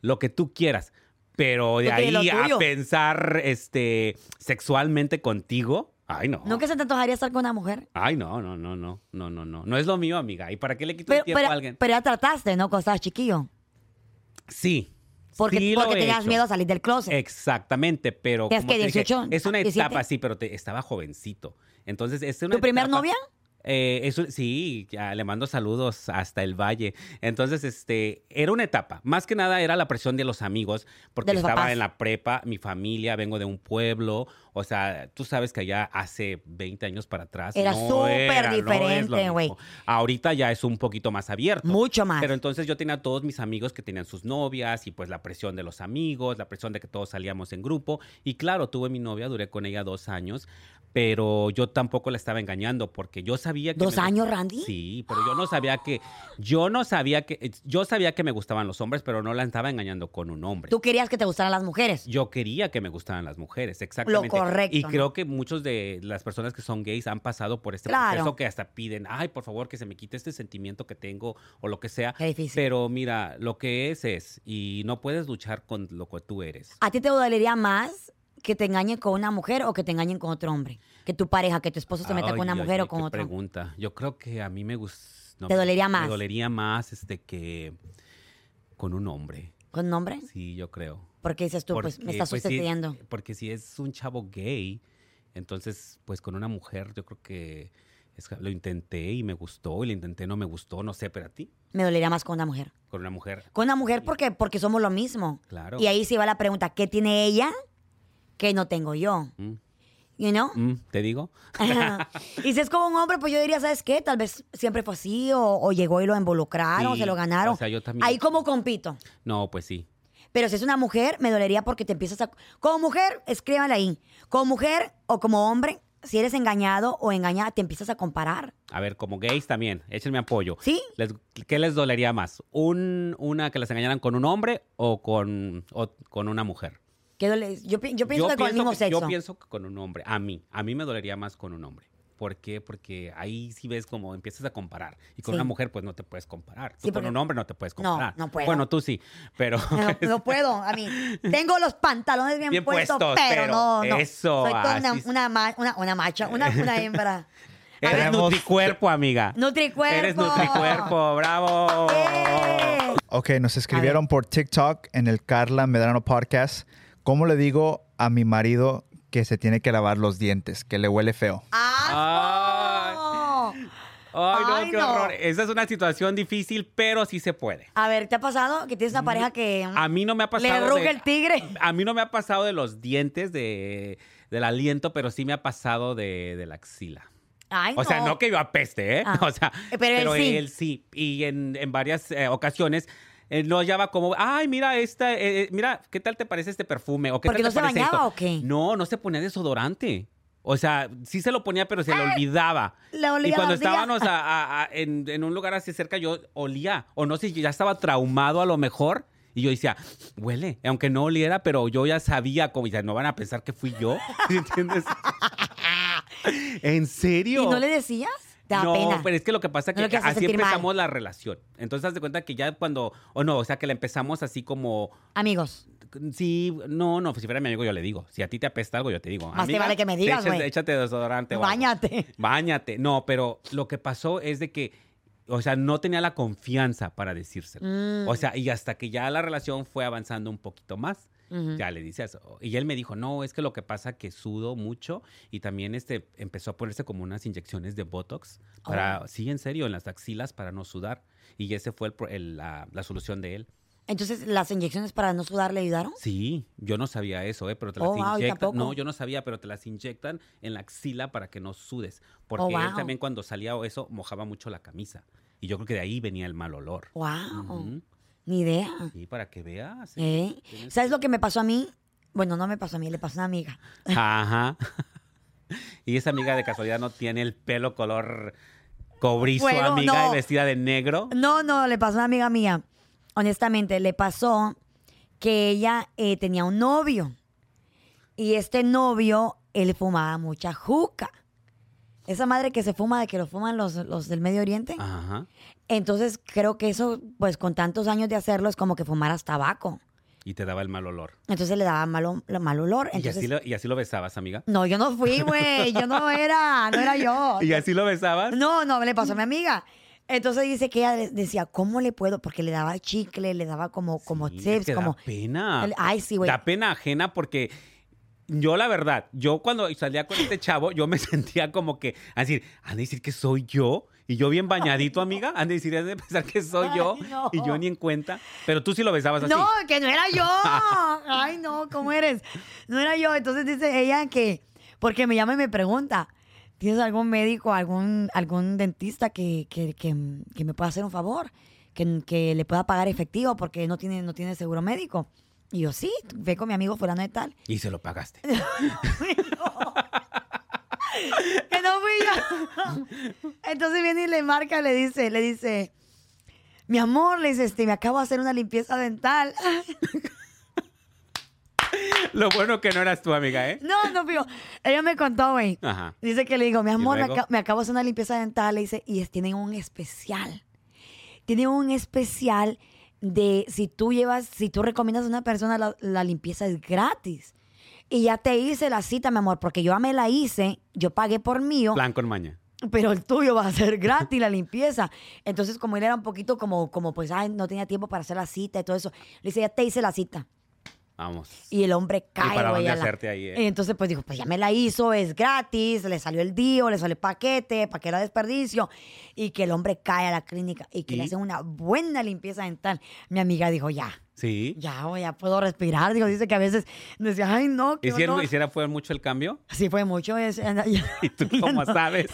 S1: lo que tú quieras. Pero de
S2: Tú tienes lo
S1: ahí a
S2: tuyo.
S1: pensar este, sexualmente contigo, ay, no.
S2: ¿Nunca se te antojaría estar con una mujer?
S1: Ay, no, no, no, no, no, no, no. No es lo mío, amiga. ¿Y para qué le quito
S2: Pero,
S1: el tiempo
S2: pero-
S1: a alguien?
S2: pero ya trataste, ¿no? Cuando estabas chiquillo.
S1: sí.
S2: Porque,
S1: sí lo
S2: porque
S1: he
S2: tenías
S1: hecho. Eh,
S2: miedo a salir del closet.
S1: Exactamente, pero.
S2: ¿Tenías
S1: como
S2: que
S1: te dije,
S2: 18,
S1: es una
S2: 17?
S1: etapa, sí, pero te- estaba jovencito. Entonces, es una
S2: ¿Tu primer
S1: etapa-
S2: novia?
S1: Eh, es un- sí, ya le mando saludos hasta el valle. Entonces, este, era una etapa. Más que nada era la presión de los amigos, porque
S2: De los
S1: estaba
S2: papás.
S1: en la prepa, mi familia, vengo de un pueblo. O sea, tú sabes que allá hace 20 años para atrás.
S2: Era súper
S1: era, no es lo
S2: diferente,
S1: mismo.
S2: güey.
S1: Ahorita ya es un poquito más abierto.
S2: Mucho más.
S1: Pero entonces yo tenía a todos mis amigos que tenían sus novias y pues la presión de los amigos, la presión de que todos salíamos en grupo. Y claro, tuve mi novia, duré con ella dos años, pero yo tampoco la estaba engañando porque yo sabía que...
S2: ¿Dos
S1: me-
S2: años, Randy?
S1: Sí, pero yo no sabía que... Yo no sabía que... eh, Yo sabía que me gustaban los hombres, pero no la estaba engañando con un hombre.
S2: Tú querías que te gustaran las mujeres.
S1: Yo quería que me gustaran las mujeres, exactamente.
S2: correcto,
S1: Y
S2: ¿no?
S1: creo que muchos de las personas que son gays han pasado por este
S2: Claro.
S1: proceso que hasta piden, ay, por favor, que se me quite este sentimiento que tengo o lo que sea.
S2: Qué difícil.
S1: Pero mira, lo que es es, y no puedes luchar con lo que tú eres.
S2: ¿A ti te dolería más que te engañen con una mujer o que te engañen con otro hombre? Que tu pareja, que tu esposo se meta
S1: Ay,
S2: con una
S1: ay,
S2: mujer
S1: ay,
S2: o con
S1: qué
S2: otro.
S1: pregunta. Yo creo que a mí me gusta...
S2: ¿Te dolería más?
S1: Me dolería más este que con un hombre.
S2: ¿Con un hombre?
S1: Sí, yo creo.
S2: Porque dices tú, pues me está
S1: pues, sí,
S2: sucediendo.
S1: porque si es un chavo gay, entonces, pues con una mujer, yo creo que es- lo intenté y me gustó, y lo intenté, no me gustó, no sé, pero a ti,
S2: Me dolería más con una mujer.
S1: con una mujer,
S2: Con una mujer porque, porque somos lo mismo.
S1: claro.
S2: Y ahí se va la pregunta, ¿qué tiene ella que no tengo yo?
S1: Mm,
S2: You know?
S1: mm, ¿Te digo?
S2: y si es como un hombre, pues yo diría, ¿sabes qué? Tal vez siempre fue así, o, o llegó y lo involucraron,
S1: Sí,
S2: se lo ganaron.
S1: o sea, yo también-
S2: Ahí como compito.
S1: No, pues sí.
S2: Pero si es una mujer, me dolería porque te empiezas a... Como mujer, escríbala ahí. Como mujer o como hombre, si eres engañado o engañada, te empiezas a comparar.
S1: A ver, como gays también, échenme apoyo.
S2: ¿Sí?
S1: Les- ¿Qué les dolería más? ¿Un, ¿Una que las engañaran con un hombre o con, o con una mujer?
S2: Que dole- Yo, pi- yo pienso que con el mismo
S1: que-
S2: sexo.
S1: Yo pienso que con un hombre. A mí. A mí me dolería más con un hombre. ¿Por qué? Porque ahí sí ves como empiezas a comparar. Y con
S2: Sí.
S1: una mujer, pues no te puedes comparar. Tú
S2: Sí,
S1: con
S2: porque-
S1: un hombre no te puedes
S2: No,
S1: comparar.
S2: no puedo.
S1: Bueno, tú sí. Pero.
S2: No, no puedo, a mí. Tengo los pantalones bien,
S1: Bien
S2: puestos,
S1: puestos,
S2: pero,
S1: pero
S2: no, no.
S1: eso,
S2: Soy toda una,
S1: así es.
S2: una, ma- una, una macha, una, una hembra.
S1: Eres
S4: Tenemos-
S1: nutricuerpo, amiga.
S2: Nutricuerpo.
S1: Eres nutricuerpo. Bravo.
S2: ¡Eh!
S4: Ok, nos escribieron por TikTok en el Carla Medrano Podcast. ¿Cómo le digo a mi marido que se tiene que lavar los dientes, que le huele feo?
S2: ¡Asco!
S1: Ay, no,
S2: Ay,
S1: qué
S2: no.
S1: horror. Esa es una situación difícil, pero sí se puede.
S2: A ver, ¿te ha pasado que tienes una pareja que mm,
S1: A mí no me ha pasado.
S2: le
S1: de-
S2: ruge el tigre?
S1: A mí no me ha pasado de los dientes, de, del aliento, pero sí me ha pasado de, de la axila.
S2: Ay,
S1: O sea, no que yo apeste, ¿eh?
S2: Ah.
S1: O sea,
S2: Eh, pero él sí.
S1: Y en, en varias eh, ocasiones eh, lo llama como, ay, mira, esta, eh, eh, mira, ¿qué tal te parece este perfume? ¿O qué tal
S2: ¿Porque no
S1: te
S2: se
S1: parece
S2: bañaba
S1: esto?".
S2: o qué?
S1: No, no se ponía desodorante. O sea, sí se lo ponía, pero se
S2: Ah.
S1: lo olvidaba.
S2: Le olía
S1: y cuando
S2: las días.
S1: estábamos a- a- a- en, en un lugar así cerca, yo olía. O no sé, ya estaba traumado a lo mejor. Y yo decía, huele. Aunque no oliera, pero yo ya sabía como, ya no van a pensar que fui yo. ¿Entiendes? ¿En serio?
S2: ¿Y no le decías? Te da
S1: no,
S2: pena.
S1: pero es que lo que pasa es
S2: No lo
S1: que
S2: quieres hacer
S1: así
S2: sentir mal.
S1: empezamos la relación. Entonces, haz de cuenta que ya cuando, o no, o sea, que la empezamos así como,
S2: Amigos.
S1: sí, no, no, si fuera mi amigo yo le digo. Si a ti te apesta algo, yo te digo.
S2: Más te
S1: "Amiga,
S2: vale que me digas,
S1: échate-
S2: güey.
S1: Échate desodorante. o algo".
S2: Báñate.
S1: Báñate. No, pero lo que pasó es de que, o sea, no tenía la confianza para decírselo.
S2: Mm,
S1: O sea, y hasta que ya la relación fue avanzando un poquito más,
S2: ujú.
S1: ya le dices. Y él me dijo, no, es que lo que pasa que sudo mucho y también este, empezó a ponerse como unas inyecciones de Botox para, sí, en serio, en las axilas para no sudar. Y ese fue el pro- el- la, la solución de él.
S2: Entonces, ¿las inyecciones para no sudar le ayudaron?
S1: Sí, yo no sabía eso, ¿eh? Pero te las
S2: Oh, wow, ¿y
S1: inyectan.
S2: tampoco?
S1: no, yo no sabía, pero te las inyectan en la axila para que no sudes. Porque
S2: Oh, wow.
S1: él también cuando salía o eso mojaba mucho la camisa. Y yo creo que de ahí venía el mal olor.
S2: ¡Wow!
S1: Ujú.
S2: Ni idea.
S1: Sí, para que veas.
S2: ¿Eh?
S1: Tienes-
S2: ¿Sabes lo que me pasó a mí? Bueno, no me pasó a mí, le pasó a una amiga.
S1: Ajá. Y esa amiga de casualidad no tiene el pelo color cobrizo,
S2: Bueno,
S1: amiga,
S2: no.
S1: vestida de negro.
S2: No, no, le pasó a una amiga mía. Honestamente, le pasó que ella eh, tenía un novio. Y este novio, él fumaba mucha juca. Esa madre que se fuma, de que lo fuman los, los del Medio Oriente.
S1: Ajá.
S2: Entonces, creo que eso, pues con tantos años de hacerlo, es como que fumaras tabaco.
S1: Y te daba el mal olor.
S2: Entonces le daba malo, mal olor.
S1: Y
S2: Entonces,
S1: así lo, y así lo besabas, amiga.
S2: No, yo no fui, güey. Yo no era, no era yo.
S1: Y así lo besabas.
S2: No, no, le pasó a mi amiga. Entonces dice que ella de- decía, ¿cómo le puedo? Porque le daba chicle, le daba como, como
S1: Sí, es
S2: tips,
S1: que da
S2: como...
S1: pena.
S2: Ay, sí, güey.
S1: Da pena ajena porque yo, la verdad, yo cuando salía con este chavo, yo me sentía como que, a decir, han de decir que soy yo. Y yo bien bañadito, amiga, han de decir, han de pensar que soy yo.
S2: Ay, no.
S1: Y yo ni en cuenta. Pero tú sí lo besabas así.
S2: No, que no era yo. Ay, no, ¿cómo eres? No era yo. Entonces dice ella que, porque me llama y me pregunta, ¿tienes algún médico, algún, algún dentista que, que, que- que me pueda hacer un favor? Que, que le pueda pagar efectivo porque no tiene, no tiene seguro médico. Y yo, sí, ve con mi amigo fulano de tal.
S1: Y se lo pagaste.
S2: que no fui yo. Entonces viene y le marca, le dice, le dice, mi amor, le dice, este, me acabo de hacer una limpieza dental.
S1: Lo bueno que no eras tú, amiga, ¿eh?
S2: No, no fío. Ella me contó, güey.
S1: Ajá.
S2: Dice que le digo, mi amor, me,
S1: luego?
S2: aca- me acabo de hacer una limpieza dental. Le dice, y es- tienen un especial. Tienen un especial de si tú llevas, si tú recomiendas a una persona, la, la limpieza es gratis. Y ya te hice la cita, mi amor, porque yo ya me la hice, yo pagué por mío.
S1: Plan con maña.
S2: pero el tuyo va a ser gratis la limpieza. Entonces, como él era un poquito como, como pues, ay, no tenía tiempo para hacer la cita y todo eso, le dice, ya te hice la cita.
S1: Vamos.
S2: Y el hombre cae,
S1: ¿Y para
S2: güey,
S1: dónde
S2: a la-
S1: hacerte ahí, eh?
S2: Y entonces, pues dijo, pues ya me la hizo, es gratis, le salió el dío, le salió el paquete, para que era desperdicio. Y que el hombre cae a la clínica y que le
S1: ¿Y?
S2: hacen una buena limpieza dental. Mi amiga dijo, ya,
S1: Sí.
S2: ya, güey, ya puedo respirar. Digo, dice que a veces decía, ay, no,
S1: ¿Y
S2: que
S1: si,
S2: no.
S1: era- y si era- fue mucho el cambio?
S2: Sí, fue mucho. es-
S1: ¿Y tú cómo sabes?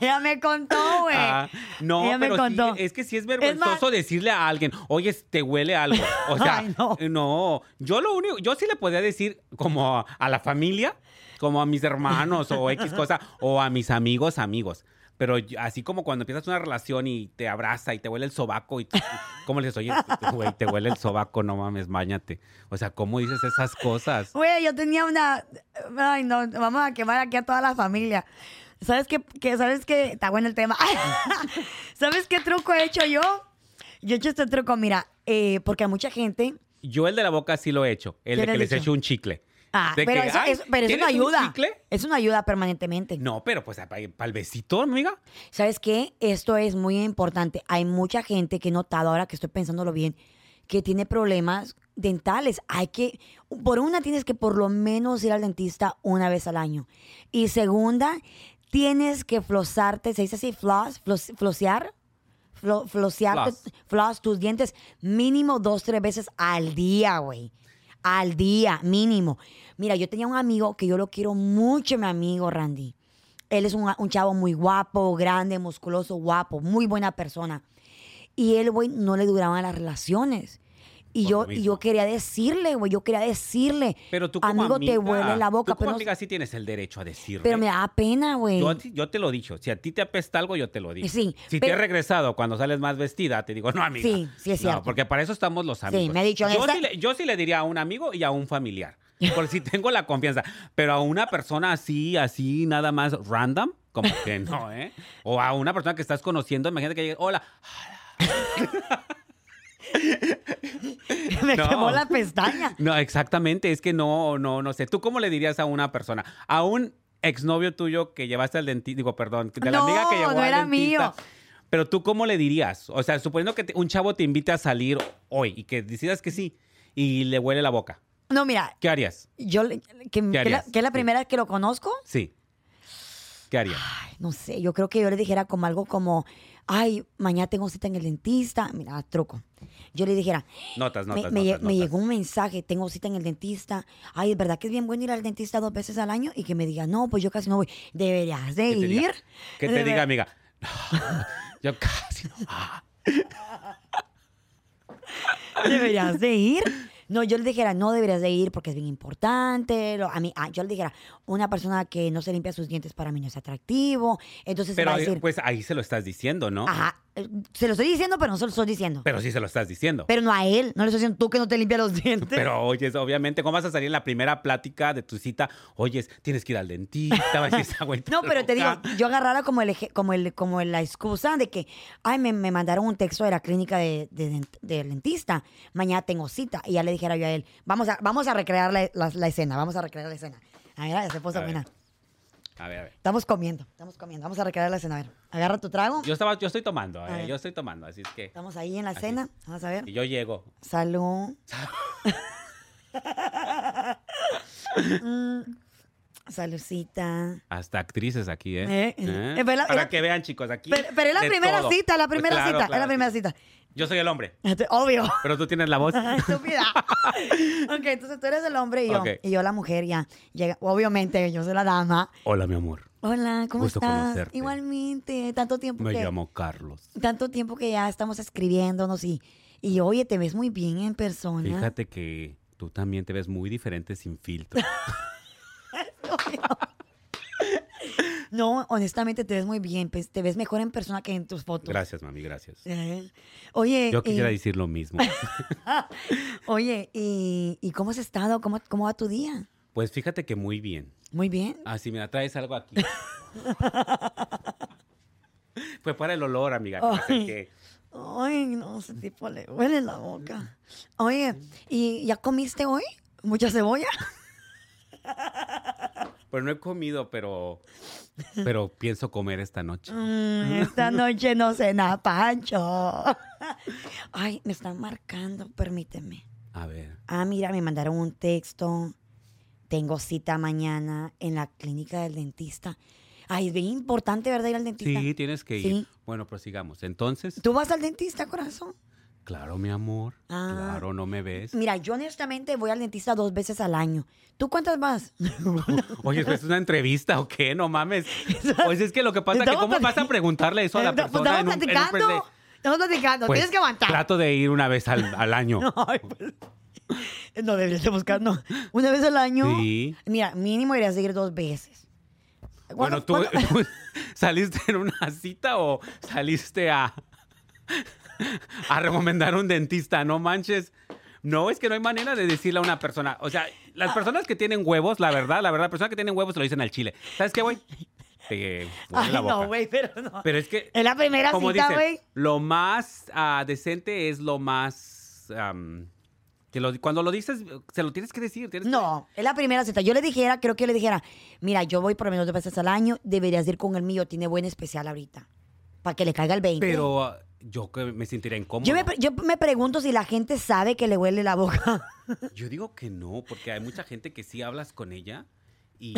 S2: Ella me contó, güey.
S1: Ah, no,
S2: Ella me
S1: pero sí,
S2: contó.
S1: es que sí es vergonzoso decirle a alguien, oye, te huele algo. O sea,
S2: Ay, no.
S1: no. Yo lo único, yo sí le podía decir como a, a la familia, como a mis hermanos o X cosa, o a mis amigos, amigos. Pero yo- así como cuando empiezas una relación y te abraza y te huele el sobaco y, ¿cómo les oye? este, Güey, te huele el sobaco, no mames, bañate. O sea, ¿cómo dices esas cosas?
S2: Güey, yo tenía una. Ay, no, vamos a quemar aquí a toda la familia. ¿Sabes qué? qué- ¿Sabes qué? Está bueno el tema. ¿Sabes qué truco he hecho yo? Yo he hecho este truco, mira, eh, porque a mucha gente.
S1: Yo el de la boca sí lo he hecho, el
S2: ¿Qué
S1: de
S2: le
S1: que les
S2: has dicho?
S1: echo un chicle.
S2: Ah,
S1: De
S2: pero
S1: que,
S2: eso,
S1: "Ay,
S2: eso- pero eso no
S1: ¿tienes un
S2: ayuda.
S1: chicle?"
S2: Es una ayuda permanentemente.
S1: No, pero pues para el besito, amiga.
S2: ¿Sabes qué? Esto es muy importante. Hay mucha gente que he notado, ahora que estoy pensándolo bien, que tiene problemas dentales. Hay que, por una tienes que por lo menos ir al dentista una vez al año. Y segunda, tienes que flosarte, se dice así, floss, Flos- flosear, Flo- flosearte,
S1: Floss.
S2: floss tus dientes mínimo dos, tres veces al día, güey. Al día, mínimo. Mira, yo tenía un amigo que yo lo quiero mucho, mi amigo Randy. Él es un, un chavo muy guapo, grande, musculoso, guapo, muy buena persona. Y él, güey, no le duraban las relaciones. Y
S1: Por
S2: yo,
S1: lo
S2: y yo
S1: mismo.
S2: quería decirle, güey, yo quería decirle.
S1: Pero tú como
S2: amigo, te
S1: amiga,
S2: huele la boca.
S1: Tú como
S2: pero, no-
S1: amiga sí tienes el derecho a decirle.
S2: pero me da pena, güey.
S1: Yo, a ti- yo te lo he dicho. Si a ti te apesta algo, yo te lo digo.
S2: Sí,
S1: si te
S2: pero-
S1: he regresado cuando sales más vestida, te digo, no, amiga.
S2: Sí, sí es
S1: No,
S2: cierto.
S1: porque para eso estamos los amigos.
S2: me ha dicho,
S1: yo,
S2: "Esa-
S1: sí le, yo sí le diría a un amigo y a un familiar. Por si tengo la confianza. Pero a una persona así, así, nada más random, como que no, ¿eh? O a una persona que estás conociendo, imagínate que llegue, hola.
S2: me
S1: No.
S2: quemó la pestaña.
S1: No, exactamente. Es que no, no, no sé. ¿Tú cómo le dirías a una persona? A un exnovio tuyo que llevaste al dentista, digo, perdón, de la
S2: No,
S1: amiga que llevó
S2: no
S1: al
S2: era
S1: dentista.
S2: mío.
S1: Pero tú cómo le dirías? O sea, suponiendo que te- un chavo te invita a salir hoy y que decidas que sí y le huele la boca.
S2: No, mira,
S1: ¿Qué harías?
S2: yo le- que, que la,
S1: harías?
S2: que es la
S1: Sí.
S2: primera vez que lo conozco.
S1: Sí. ¿Qué harías?
S2: Ay, no sé, yo creo que yo le dijera como algo como, ay, mañana tengo cita en el dentista. Mira, truco. Yo le dijera,
S1: Notas,
S2: me-
S1: notas,
S2: me,
S1: notas,
S2: lle- me
S1: notas.
S2: llegó un mensaje, tengo cita en el dentista. Ay, es verdad que es bien bueno ir al dentista dos veces al año y que me diga, no, pues yo casi no voy. Deberías de
S1: Que te
S2: ir.
S1: diga- Que te
S2: Debe-
S1: diga, amiga. "No, yo casi no.
S2: deberías de ir. No, yo le dijera, no deberías de ir porque es bien importante. Lo- a mí, ah, yo le dijera, una persona que no se limpia sus dientes para mí no es atractivo. Entonces
S1: Pero
S2: va a decir,
S1: pues ahí se lo estás diciendo, ¿no?
S2: ajá, eh, se lo estoy diciendo, pero no se lo estoy diciendo. Pero,
S1: Pero sí se lo estás diciendo.
S2: no a él, no le estoy diciendo tú que no te limpias los dientes.
S1: Pero oyes, obviamente, ¿cómo vas a salir en la primera plática de tu cita? Oyes, tienes que ir al dentista, vas a decir, "Esa güey está
S2: no, pero te digo,
S1: loca".
S2: yo agarrara como el eje- como el, como la excusa de que, ay, me, me mandaron un texto de la clínica de, de dent- del dentista, mañana tengo cita. Y ya le dijera yo a él, vamos a, vamos a recrear la, la- la escena, vamos a recrear la escena. A ver, se puso
S1: A ver.
S2: buena.
S1: A ver, a ver.
S2: Estamos comiendo, estamos comiendo. Vamos a recrear la cena. A ver, agarra tu trago.
S1: Yo, estaba, yo estoy tomando,
S2: A
S1: eh,
S2: ver.
S1: yo estoy tomando, así es que.
S2: Estamos ahí en la
S1: Así
S2: cena.
S1: es.
S2: Vamos a ver.
S1: Y yo llego.
S2: Salud. Mm, Saludcita.
S1: Hasta actrices aquí, ¿eh?
S2: Eh,
S1: ¿Eh?
S2: eh, pero la-
S1: Para
S2: era-
S1: que vean, chicos, aquí.
S2: Pero, pero es la
S1: de
S2: primera
S1: todo. Pues
S2: cita, la primera
S1: Claro,
S2: cita, es la
S1: claro.
S2: primera cita.
S1: Yo soy el hombre,
S2: Este, Obvio.
S1: pero tú tienes la voz.
S2: Estúpida. ok, entonces tú eres el hombre y yo.
S1: Ok.
S2: Y yo la mujer ya. Llega, obviamente, yo soy la dama.
S1: Hola, mi amor.
S2: Hola, ¿cómo
S1: Gusto
S2: estás?
S1: conocerte.
S2: Igualmente, tanto tiempo
S1: Me
S2: que...
S1: llamo Carlos.
S2: Tanto tiempo que ya estamos escribiéndonos y, y oye, te ves muy bien en persona.
S1: Fíjate que tú también te ves muy diferente sin filtro.
S2: No, honestamente te ves muy bien, pues, te ves mejor en persona que en tus fotos.
S1: Gracias, mami, gracias.
S2: Eh, Oye,
S1: Yo quisiera
S2: y-
S1: decir lo mismo.
S2: oye, y, ¿y cómo has estado? ¿Cómo, ¿Cómo va tu día?
S1: Pues fíjate que muy bien.
S2: Muy bien.
S1: Ah, sí, mira, traes algo aquí. Fue para el olor, amiga. que me
S2: Ay.
S1: acerqué.
S2: Ay, no, ese tipo le huele la boca. Oye, ¿y ya comiste hoy? ¿Mucha cebolla?
S1: Pues no he comido, pero, pero pienso comer esta noche.
S2: Mm, esta noche no cena, Pancho. Ay, me están marcando, permíteme.
S1: A ver.
S2: Ah, mira, me mandaron un texto. Tengo cita mañana en la clínica del dentista. Ay, es bien importante, ¿verdad? Ir al dentista.
S1: Sí, tienes que ir.
S2: Sí.
S1: Bueno, prosigamos. Entonces,
S2: ¿Tú vas al dentista, corazón?
S1: claro, mi amor.
S2: Ah.
S1: Claro, no me ves.
S2: Mira, yo honestamente voy al dentista dos veces al año. ¿Tú cuántas vas?
S1: Oye, ¿esto ¿es una entrevista o qué? No mames. Pues es que lo que pasa es que
S2: Estamos
S1: ¿cómo vas a
S2: platic-
S1: preguntarle eso a la
S2: Pues
S1: persona?
S2: estamos
S1: en un- en un
S2: platicando.
S1: pre-
S2: Estamos platicando.
S1: Pues,
S2: Tienes que aguantar.
S1: Trato de ir una vez al, al año.
S2: Ay, pues, No deberías de buscar, no. Una vez al año.
S1: Sí.
S2: Mira, mínimo deberías de ir dos veces.
S1: Bueno,
S2: ¿Cuándo-
S1: ¿tú,
S2: cuándo-
S1: tú saliste en una cita o saliste a, a recomendar un dentista? No manches. No, es que no hay manera de decirle a una persona. O sea, las
S2: Ah.
S1: personas que tienen huevos, la verdad, la verdad, las personas que tienen huevos se lo dicen al chile. ¿Sabes qué, güey? Te huele
S2: Ay,
S1: la boca.
S2: no, güey, pero no.
S1: Pero es que,
S2: Es la primera
S1: como
S2: cita,
S1: dicen,
S2: güey.
S1: lo más ah, decente es lo más... am, que lo- cuando lo dices, se lo tienes que decir. tienes que-
S2: No, es la primera cita. Yo le dijera, creo que yo le dijera, mira, yo voy por lo menos dos veces al año, deberías de ir con el mío, tiene buen especial ahorita. Para que le caiga el 20.
S1: Pero ah, Yo que me sentiría incómodo.
S2: Yo me, pre- yo me pregunto si la gente sabe que le huele la boca.
S1: Yo digo que no, porque hay mucha gente que sí hablas con ella y,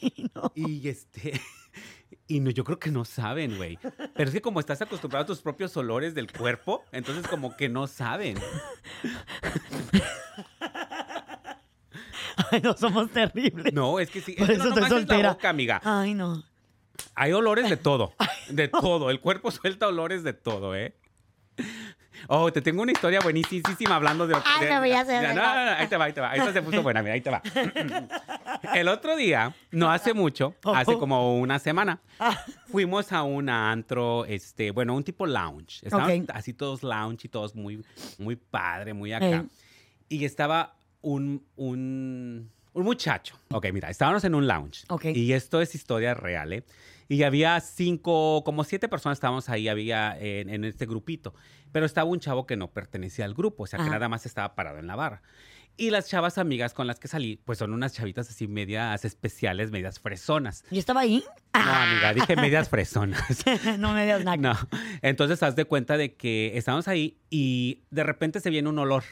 S1: y- y, este y no, yo creo que no saben, güey. Pero es que como estás acostumbrado a tus propios olores del cuerpo, entonces como que no saben.
S2: Ay, no somos terribles.
S1: No, es que sí.
S2: Por
S1: es que no
S2: eso estoy
S1: nomás es
S2: soltera.
S1: la boca, amiga.
S2: Ay, no.
S1: Hay olores de todo, de todo. El cuerpo suelta olores de todo, ¿eh? Oh, te tengo una historia buenísima hablando de...
S2: Ay,
S1: de-
S2: no, ya sé,
S1: de-
S2: ya
S1: no,
S2: sé.
S1: no, no, ahí te va, ahí te va. Esta se puso buena, mira, ahí te va. El otro día, no hace mucho,
S2: Oh.
S1: hace como una semana, fuimos a un antro, este, bueno, un tipo lounge. Estábamos
S2: Ok.
S1: así todos lounge y todos muy, muy padre, muy acá.
S2: Ey.
S1: Y estaba un, un, un muchacho. Ok, mira, estábamos en un lounge.
S2: Ok.
S1: Y esto es historia real, ¿eh? Y había cinco, como siete personas estábamos ahí, había en, en este grupito. Pero estaba un chavo que no pertenecía al grupo, o sea, que
S2: Ajá.
S1: nada más estaba parado en la barra. Y las chavas amigas con las que salí, pues son unas chavitas así medias especiales, medias fresonas.
S2: Yo estaba ahí.
S1: No, amiga, dije medias fresonas.
S2: no me veas nada.
S1: No. Entonces, haz de cuenta de que estamos ahí y de repente se viene un olor.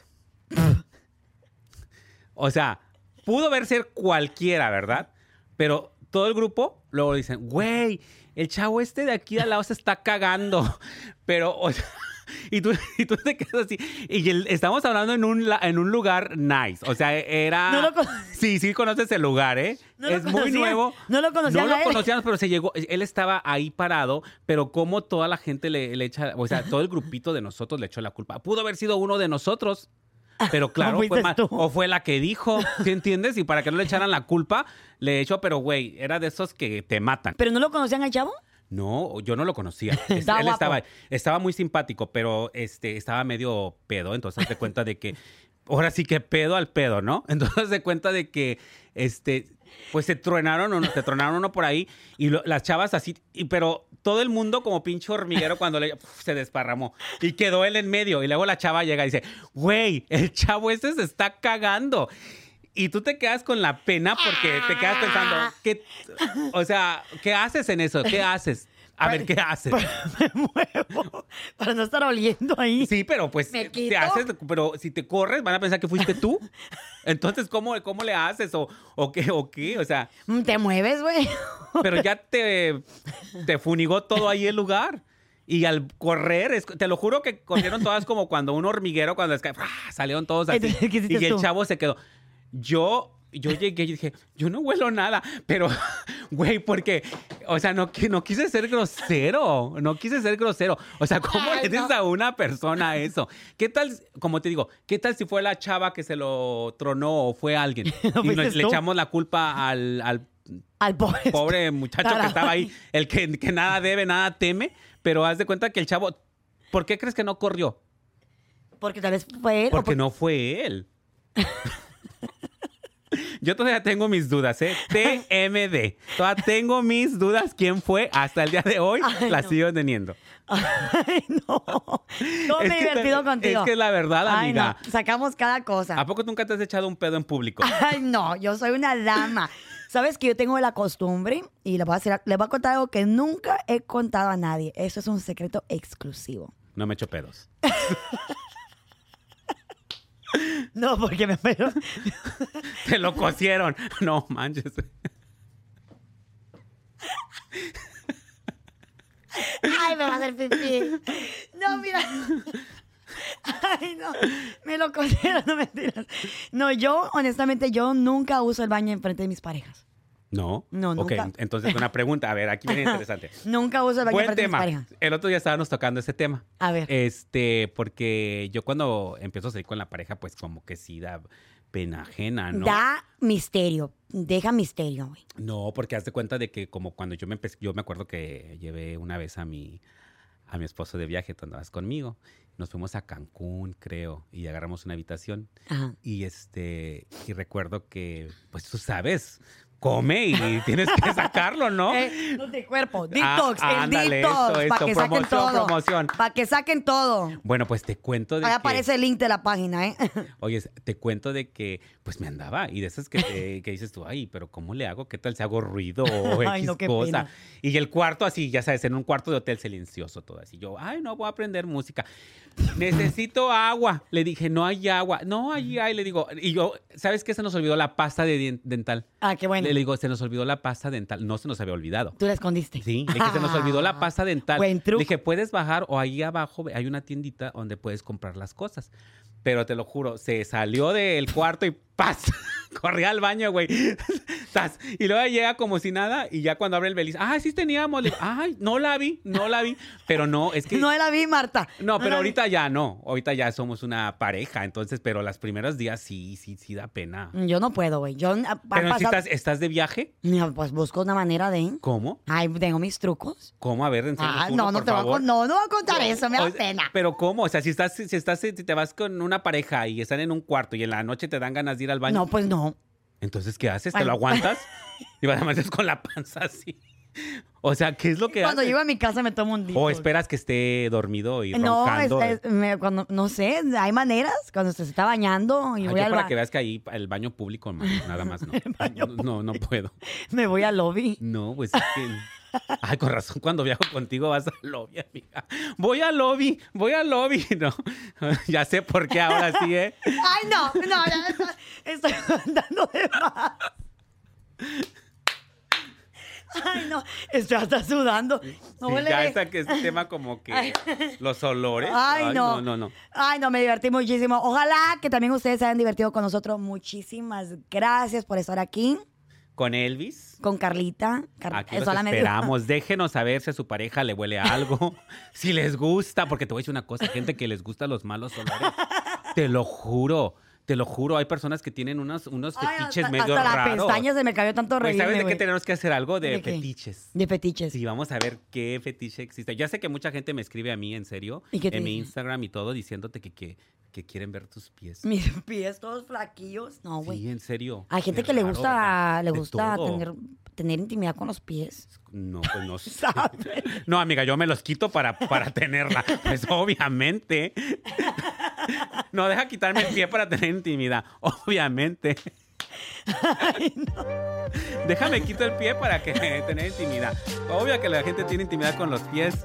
S1: o sea, pudo haber ser cualquiera, ¿verdad? Pero todo el grupo luego dicen, güey, el chavo este de aquí de al lado se está cagando. Pero, o sea, y tú, y tú te quedas así. Y el- estamos hablando en un, la- en un lugar nice. O sea, era...
S2: No lo con-
S1: sí, sí conoces el lugar, ¿eh?
S2: No lo
S1: es muy
S2: conocía.
S1: nuevo.
S2: No lo conocía
S1: No
S2: a
S1: lo
S2: él.
S1: conocíamos, pero se llegó. Él estaba ahí parado, pero como toda la gente le, le echa, o sea, todo el grupito de nosotros le echó la culpa. Pudo haber sido uno de nosotros. Pero claro,
S2: fuiste
S1: fue mal.
S2: tú.
S1: O fue la que dijo, ¿sí entiendes? Y para que no le echaran la culpa, le echó, pero güey, era de esos que te matan.
S2: ¿Pero no lo conocían al chavo?
S1: No, yo no lo conocía. Es-
S2: Estaba
S1: él
S2: guapo.
S1: estaba, estaba muy simpático, pero este, estaba medio pedo, entonces de cuenta de que ahora sí que pedo al pedo, ¿no? Entonces de cuenta de que este pues se tronaron uno, se tronaron uno por ahí y lo- las chavas así, y, pero todo el mundo como pinche hormiguero cuando le, uf, se desparramó y quedó él en medio y luego la chava llega y dice, güey, el chavo ese se está cagando. Y tú te quedas con la pena porque te quedas pensando, ¿qué, o sea, ¿qué haces en eso? ¿Qué haces? A ver, ¿qué haces?
S2: me muevo para no estar oliendo ahí.
S1: Sí, pero pues
S2: ¿Me
S1: te
S2: quito?
S1: haces, pero si te corres van a pensar que fuiste tú. Entonces, ¿cómo, cómo le haces? ¿O, o qué? ¿O qué? O sea,
S2: Mm, Te mueves, güey.
S1: pero ya te, te funigó todo ahí el lugar. Y al correr, es- te lo juro que corrieron todas como cuando un hormiguero, cuando les cae, ¡fra! salieron todos así.
S2: Entonces, ¿qué hiciste
S1: Y el
S2: tú?
S1: chavo se quedó. Yo, yo llegué y dije, yo no huelo nada, pero, güey, porque, o sea, no, qui- no quise ser grosero, no quise ser grosero. O sea, ¿cómo le dices a una persona eso? ¿Qué tal, como te digo, qué tal si fue la chava que se lo tronó o fue alguien?
S2: ¿No
S1: y nos- le
S2: fuiste Pues tú?
S1: echamos la culpa al- al
S2: Al pobre.
S1: pobre muchacho
S2: Este, Caray.
S1: que estaba ahí, el que, que nada debe, nada teme, pero haz de cuenta que el chavo, ¿por qué crees que no corrió?
S2: Porque tal vez fue él. o
S1: Porque
S2: por-
S1: no fue él. Yo todavía tengo mis dudas, ¿eh? TMD. Todavía tengo mis dudas quién fue hasta el día de hoy.
S2: Ay,
S1: las
S2: no.
S1: sigo teniendo.
S2: Ay, no. Todo
S1: Es
S2: me he
S1: que la-
S2: divertido contigo.
S1: Es que es la verdad,
S2: Ay, no.
S1: amiga.
S2: Sacamos cada cosa.
S1: ¿A poco nunca te has echado un pedo en público?
S2: Ay, no, yo soy una dama. Sabes que yo tengo la costumbre y les voy, a hacer- les voy a contar algo que nunca he contado a nadie. Eso es un secreto exclusivo.
S1: No me echo pedos.
S2: No, porque me pero-
S1: Te lo cosieron. No manches.
S2: Ay, me va a hacer pipí. No, mira. Ay, no. Me lo cosieron, no mentiras. No, yo, honestamente, yo nunca uso el baño enfrente de mis parejas.
S1: No.
S2: No,
S1: Ok,
S2: nunca.
S1: entonces una pregunta. A ver, aquí viene interesante.
S2: Nunca uso el baño
S1: Buen
S2: enfrente de mis
S1: tema.
S2: parejas.
S1: El otro día estábamos tocando ese tema.
S2: A ver.
S1: Este, porque yo cuando empiezo a salir con la pareja, pues como que sí da pena ajena, ¿no?
S2: Da misterio. Deja misterio, güey.
S1: No, porque haz de cuenta de que como cuando yo me empecé, yo me acuerdo que llevé una vez a mi, a mi esposo de viaje, tú andabas conmigo. Nos fuimos a Cancún, creo, y agarramos una habitación.
S2: Ajá.
S1: Y este, y recuerdo que, pues tú sabes, come y tienes que sacarlo, ¿no?
S2: Eh, no de cuerpo. Detox,
S1: Ah,
S2: el
S1: ándale,
S2: detox.
S1: eso,
S2: Para
S1: eso,
S2: que saquen
S1: promoción,
S2: todo.
S1: promoción.
S2: Para que saquen todo.
S1: Bueno, pues te cuento de
S2: Ahí
S1: que-
S2: aparece el link de la página, ¿eh?
S1: Oye, te cuento de que, pues me andaba y de esas que, te- que dices tú, ay, pero ¿cómo le hago? ¿Qué tal si hago ruido o
S2: Ay,
S1: X
S2: no, qué
S1: cosa?
S2: pena.
S1: Y el cuarto así, ya sabes, en un cuarto de hotel silencioso todo así. Yo, ay, no, voy a aprender música. Necesito agua. Le dije, no hay agua. No, ahí hay. Le digo, y yo, ¿sabes qué? Se nos olvidó la pasta de dien- dental.
S2: Ah, qué bueno.
S1: Le digo, se nos olvidó la pasta dental. No se nos había olvidado.
S2: Tú la escondiste.
S1: Sí, le dije, se nos olvidó
S2: Ah,
S1: la pasta dental.
S2: Buen truco.
S1: Le dije, puedes bajar o ahí abajo hay una tiendita donde puedes comprar las cosas. Pero te lo juro, se salió del cuarto y ¡paz! Corría al baño, güey. ¡Tas! Y luego llega como si nada y ya cuando abre el beliz, ¡ay, sí teníamos! Le digo, ¡ay, no la vi! No la vi. Pero no, es que...
S2: No
S1: No,
S2: la vi, Marta.
S1: pero
S2: la
S1: ahorita ya no. Ahorita ya somos una pareja, entonces, pero los primeros días sí, sí, sí da pena.
S2: vi. Yo no puedo, güey. Yo han han
S1: Pero si
S2: Mm, pasado-
S1: estás, estás de viaje,
S2: Mira, Pues busco una manera de.
S1: ¿cómo?
S2: Ay, tengo mis trucos.
S1: ¿Cómo? A ver, enséñanos
S2: Ah,
S1: uno,
S2: no, no
S1: por
S2: te voy a,
S1: favor.
S2: con- no, no voy a contar eso, me da
S1: O sea,
S2: pena.
S1: Pero ¿cómo? O sea, si estás, si estás, si te vas con una pareja y están en un cuarto y en la noche te dan ganas de ir al baño,
S2: No, pues no.
S1: entonces ¿qué haces? ¿Te
S2: Ay.
S1: lo aguantas? y vas a amanecer con la panza así. O sea, ¿qué es lo que
S2: Cuando
S1: haces?
S2: llego a mi casa me tomo un dito.
S1: O esperas que esté dormido y
S2: No,
S1: roncando. eh.
S2: es- es- me- cuando, no sé, hay maneras. Cuando se está bañando
S1: Ah,
S2: y
S1: yo
S2: voy al
S1: para
S2: ba-
S1: que veas que ahí el baño público man, nada más no. no, no puedo.
S2: me voy al lobby.
S1: No, pues es que- Ay, con razón, cuando viajo contigo vas al lobby, amiga. Voy al lobby, voy al lobby. No, ya sé por qué ahora sí, ¿eh?
S2: Ay, no, no, ya está- estoy andando de más. Ay, no, estoy hasta sudando. No
S1: Sí,
S2: huele-
S1: ya está que es tema como que
S2: Ay.
S1: los olores.
S2: Ay,
S1: No,
S2: no.
S1: no, no.
S2: Ay, no, me divertí muchísimo. Ojalá que también ustedes se hayan divertido con nosotros. Muchísimas gracias por estar aquí
S1: Con Elvis.
S2: con Carlita. Car-
S1: Aquí
S2: eh,
S1: los
S2: solamente-
S1: esperamos. Déjenos saber si a su pareja le huele algo, si les gusta, porque te voy a decir una cosa, gente que les gusta los malos olores. Te lo juro, te lo juro. Hay personas que tienen unos, unos
S2: Ay,
S1: fetiches
S2: hasta,
S1: medio
S2: hasta la
S1: raros.
S2: pestaña se me cayó tanto
S1: Güey,
S2: reírme,
S1: ¿Sabes de qué
S2: güey.
S1: tenemos que hacer algo? De,
S2: ¿De qué?
S1: fetiches.
S2: De fetiches.
S1: Sí, vamos a ver qué fetiche existe. Ya sé que mucha gente me escribe a mí, en serio,
S2: ¿Y qué te
S1: en mi
S2: dice?
S1: Instagram y todo, diciéndote que, que, que quieren ver tus pies.
S2: Mis pies todos flaquillos. No, güey.
S1: Sí, en serio.
S2: Hay gente
S1: Qué
S2: que le
S1: raro,
S2: gusta,
S1: ¿verdad?
S2: le
S1: De
S2: gusta
S1: todo.
S2: tener, tener intimidad con los pies.
S1: No, pues no sé. No, amiga, yo me los quito para, para tenerla. Pues obviamente. No deja quitarme el pie para tener intimidad. Obviamente. Déjame quito el pie para que tener intimidad. Obvio que la gente tiene intimidad con los pies.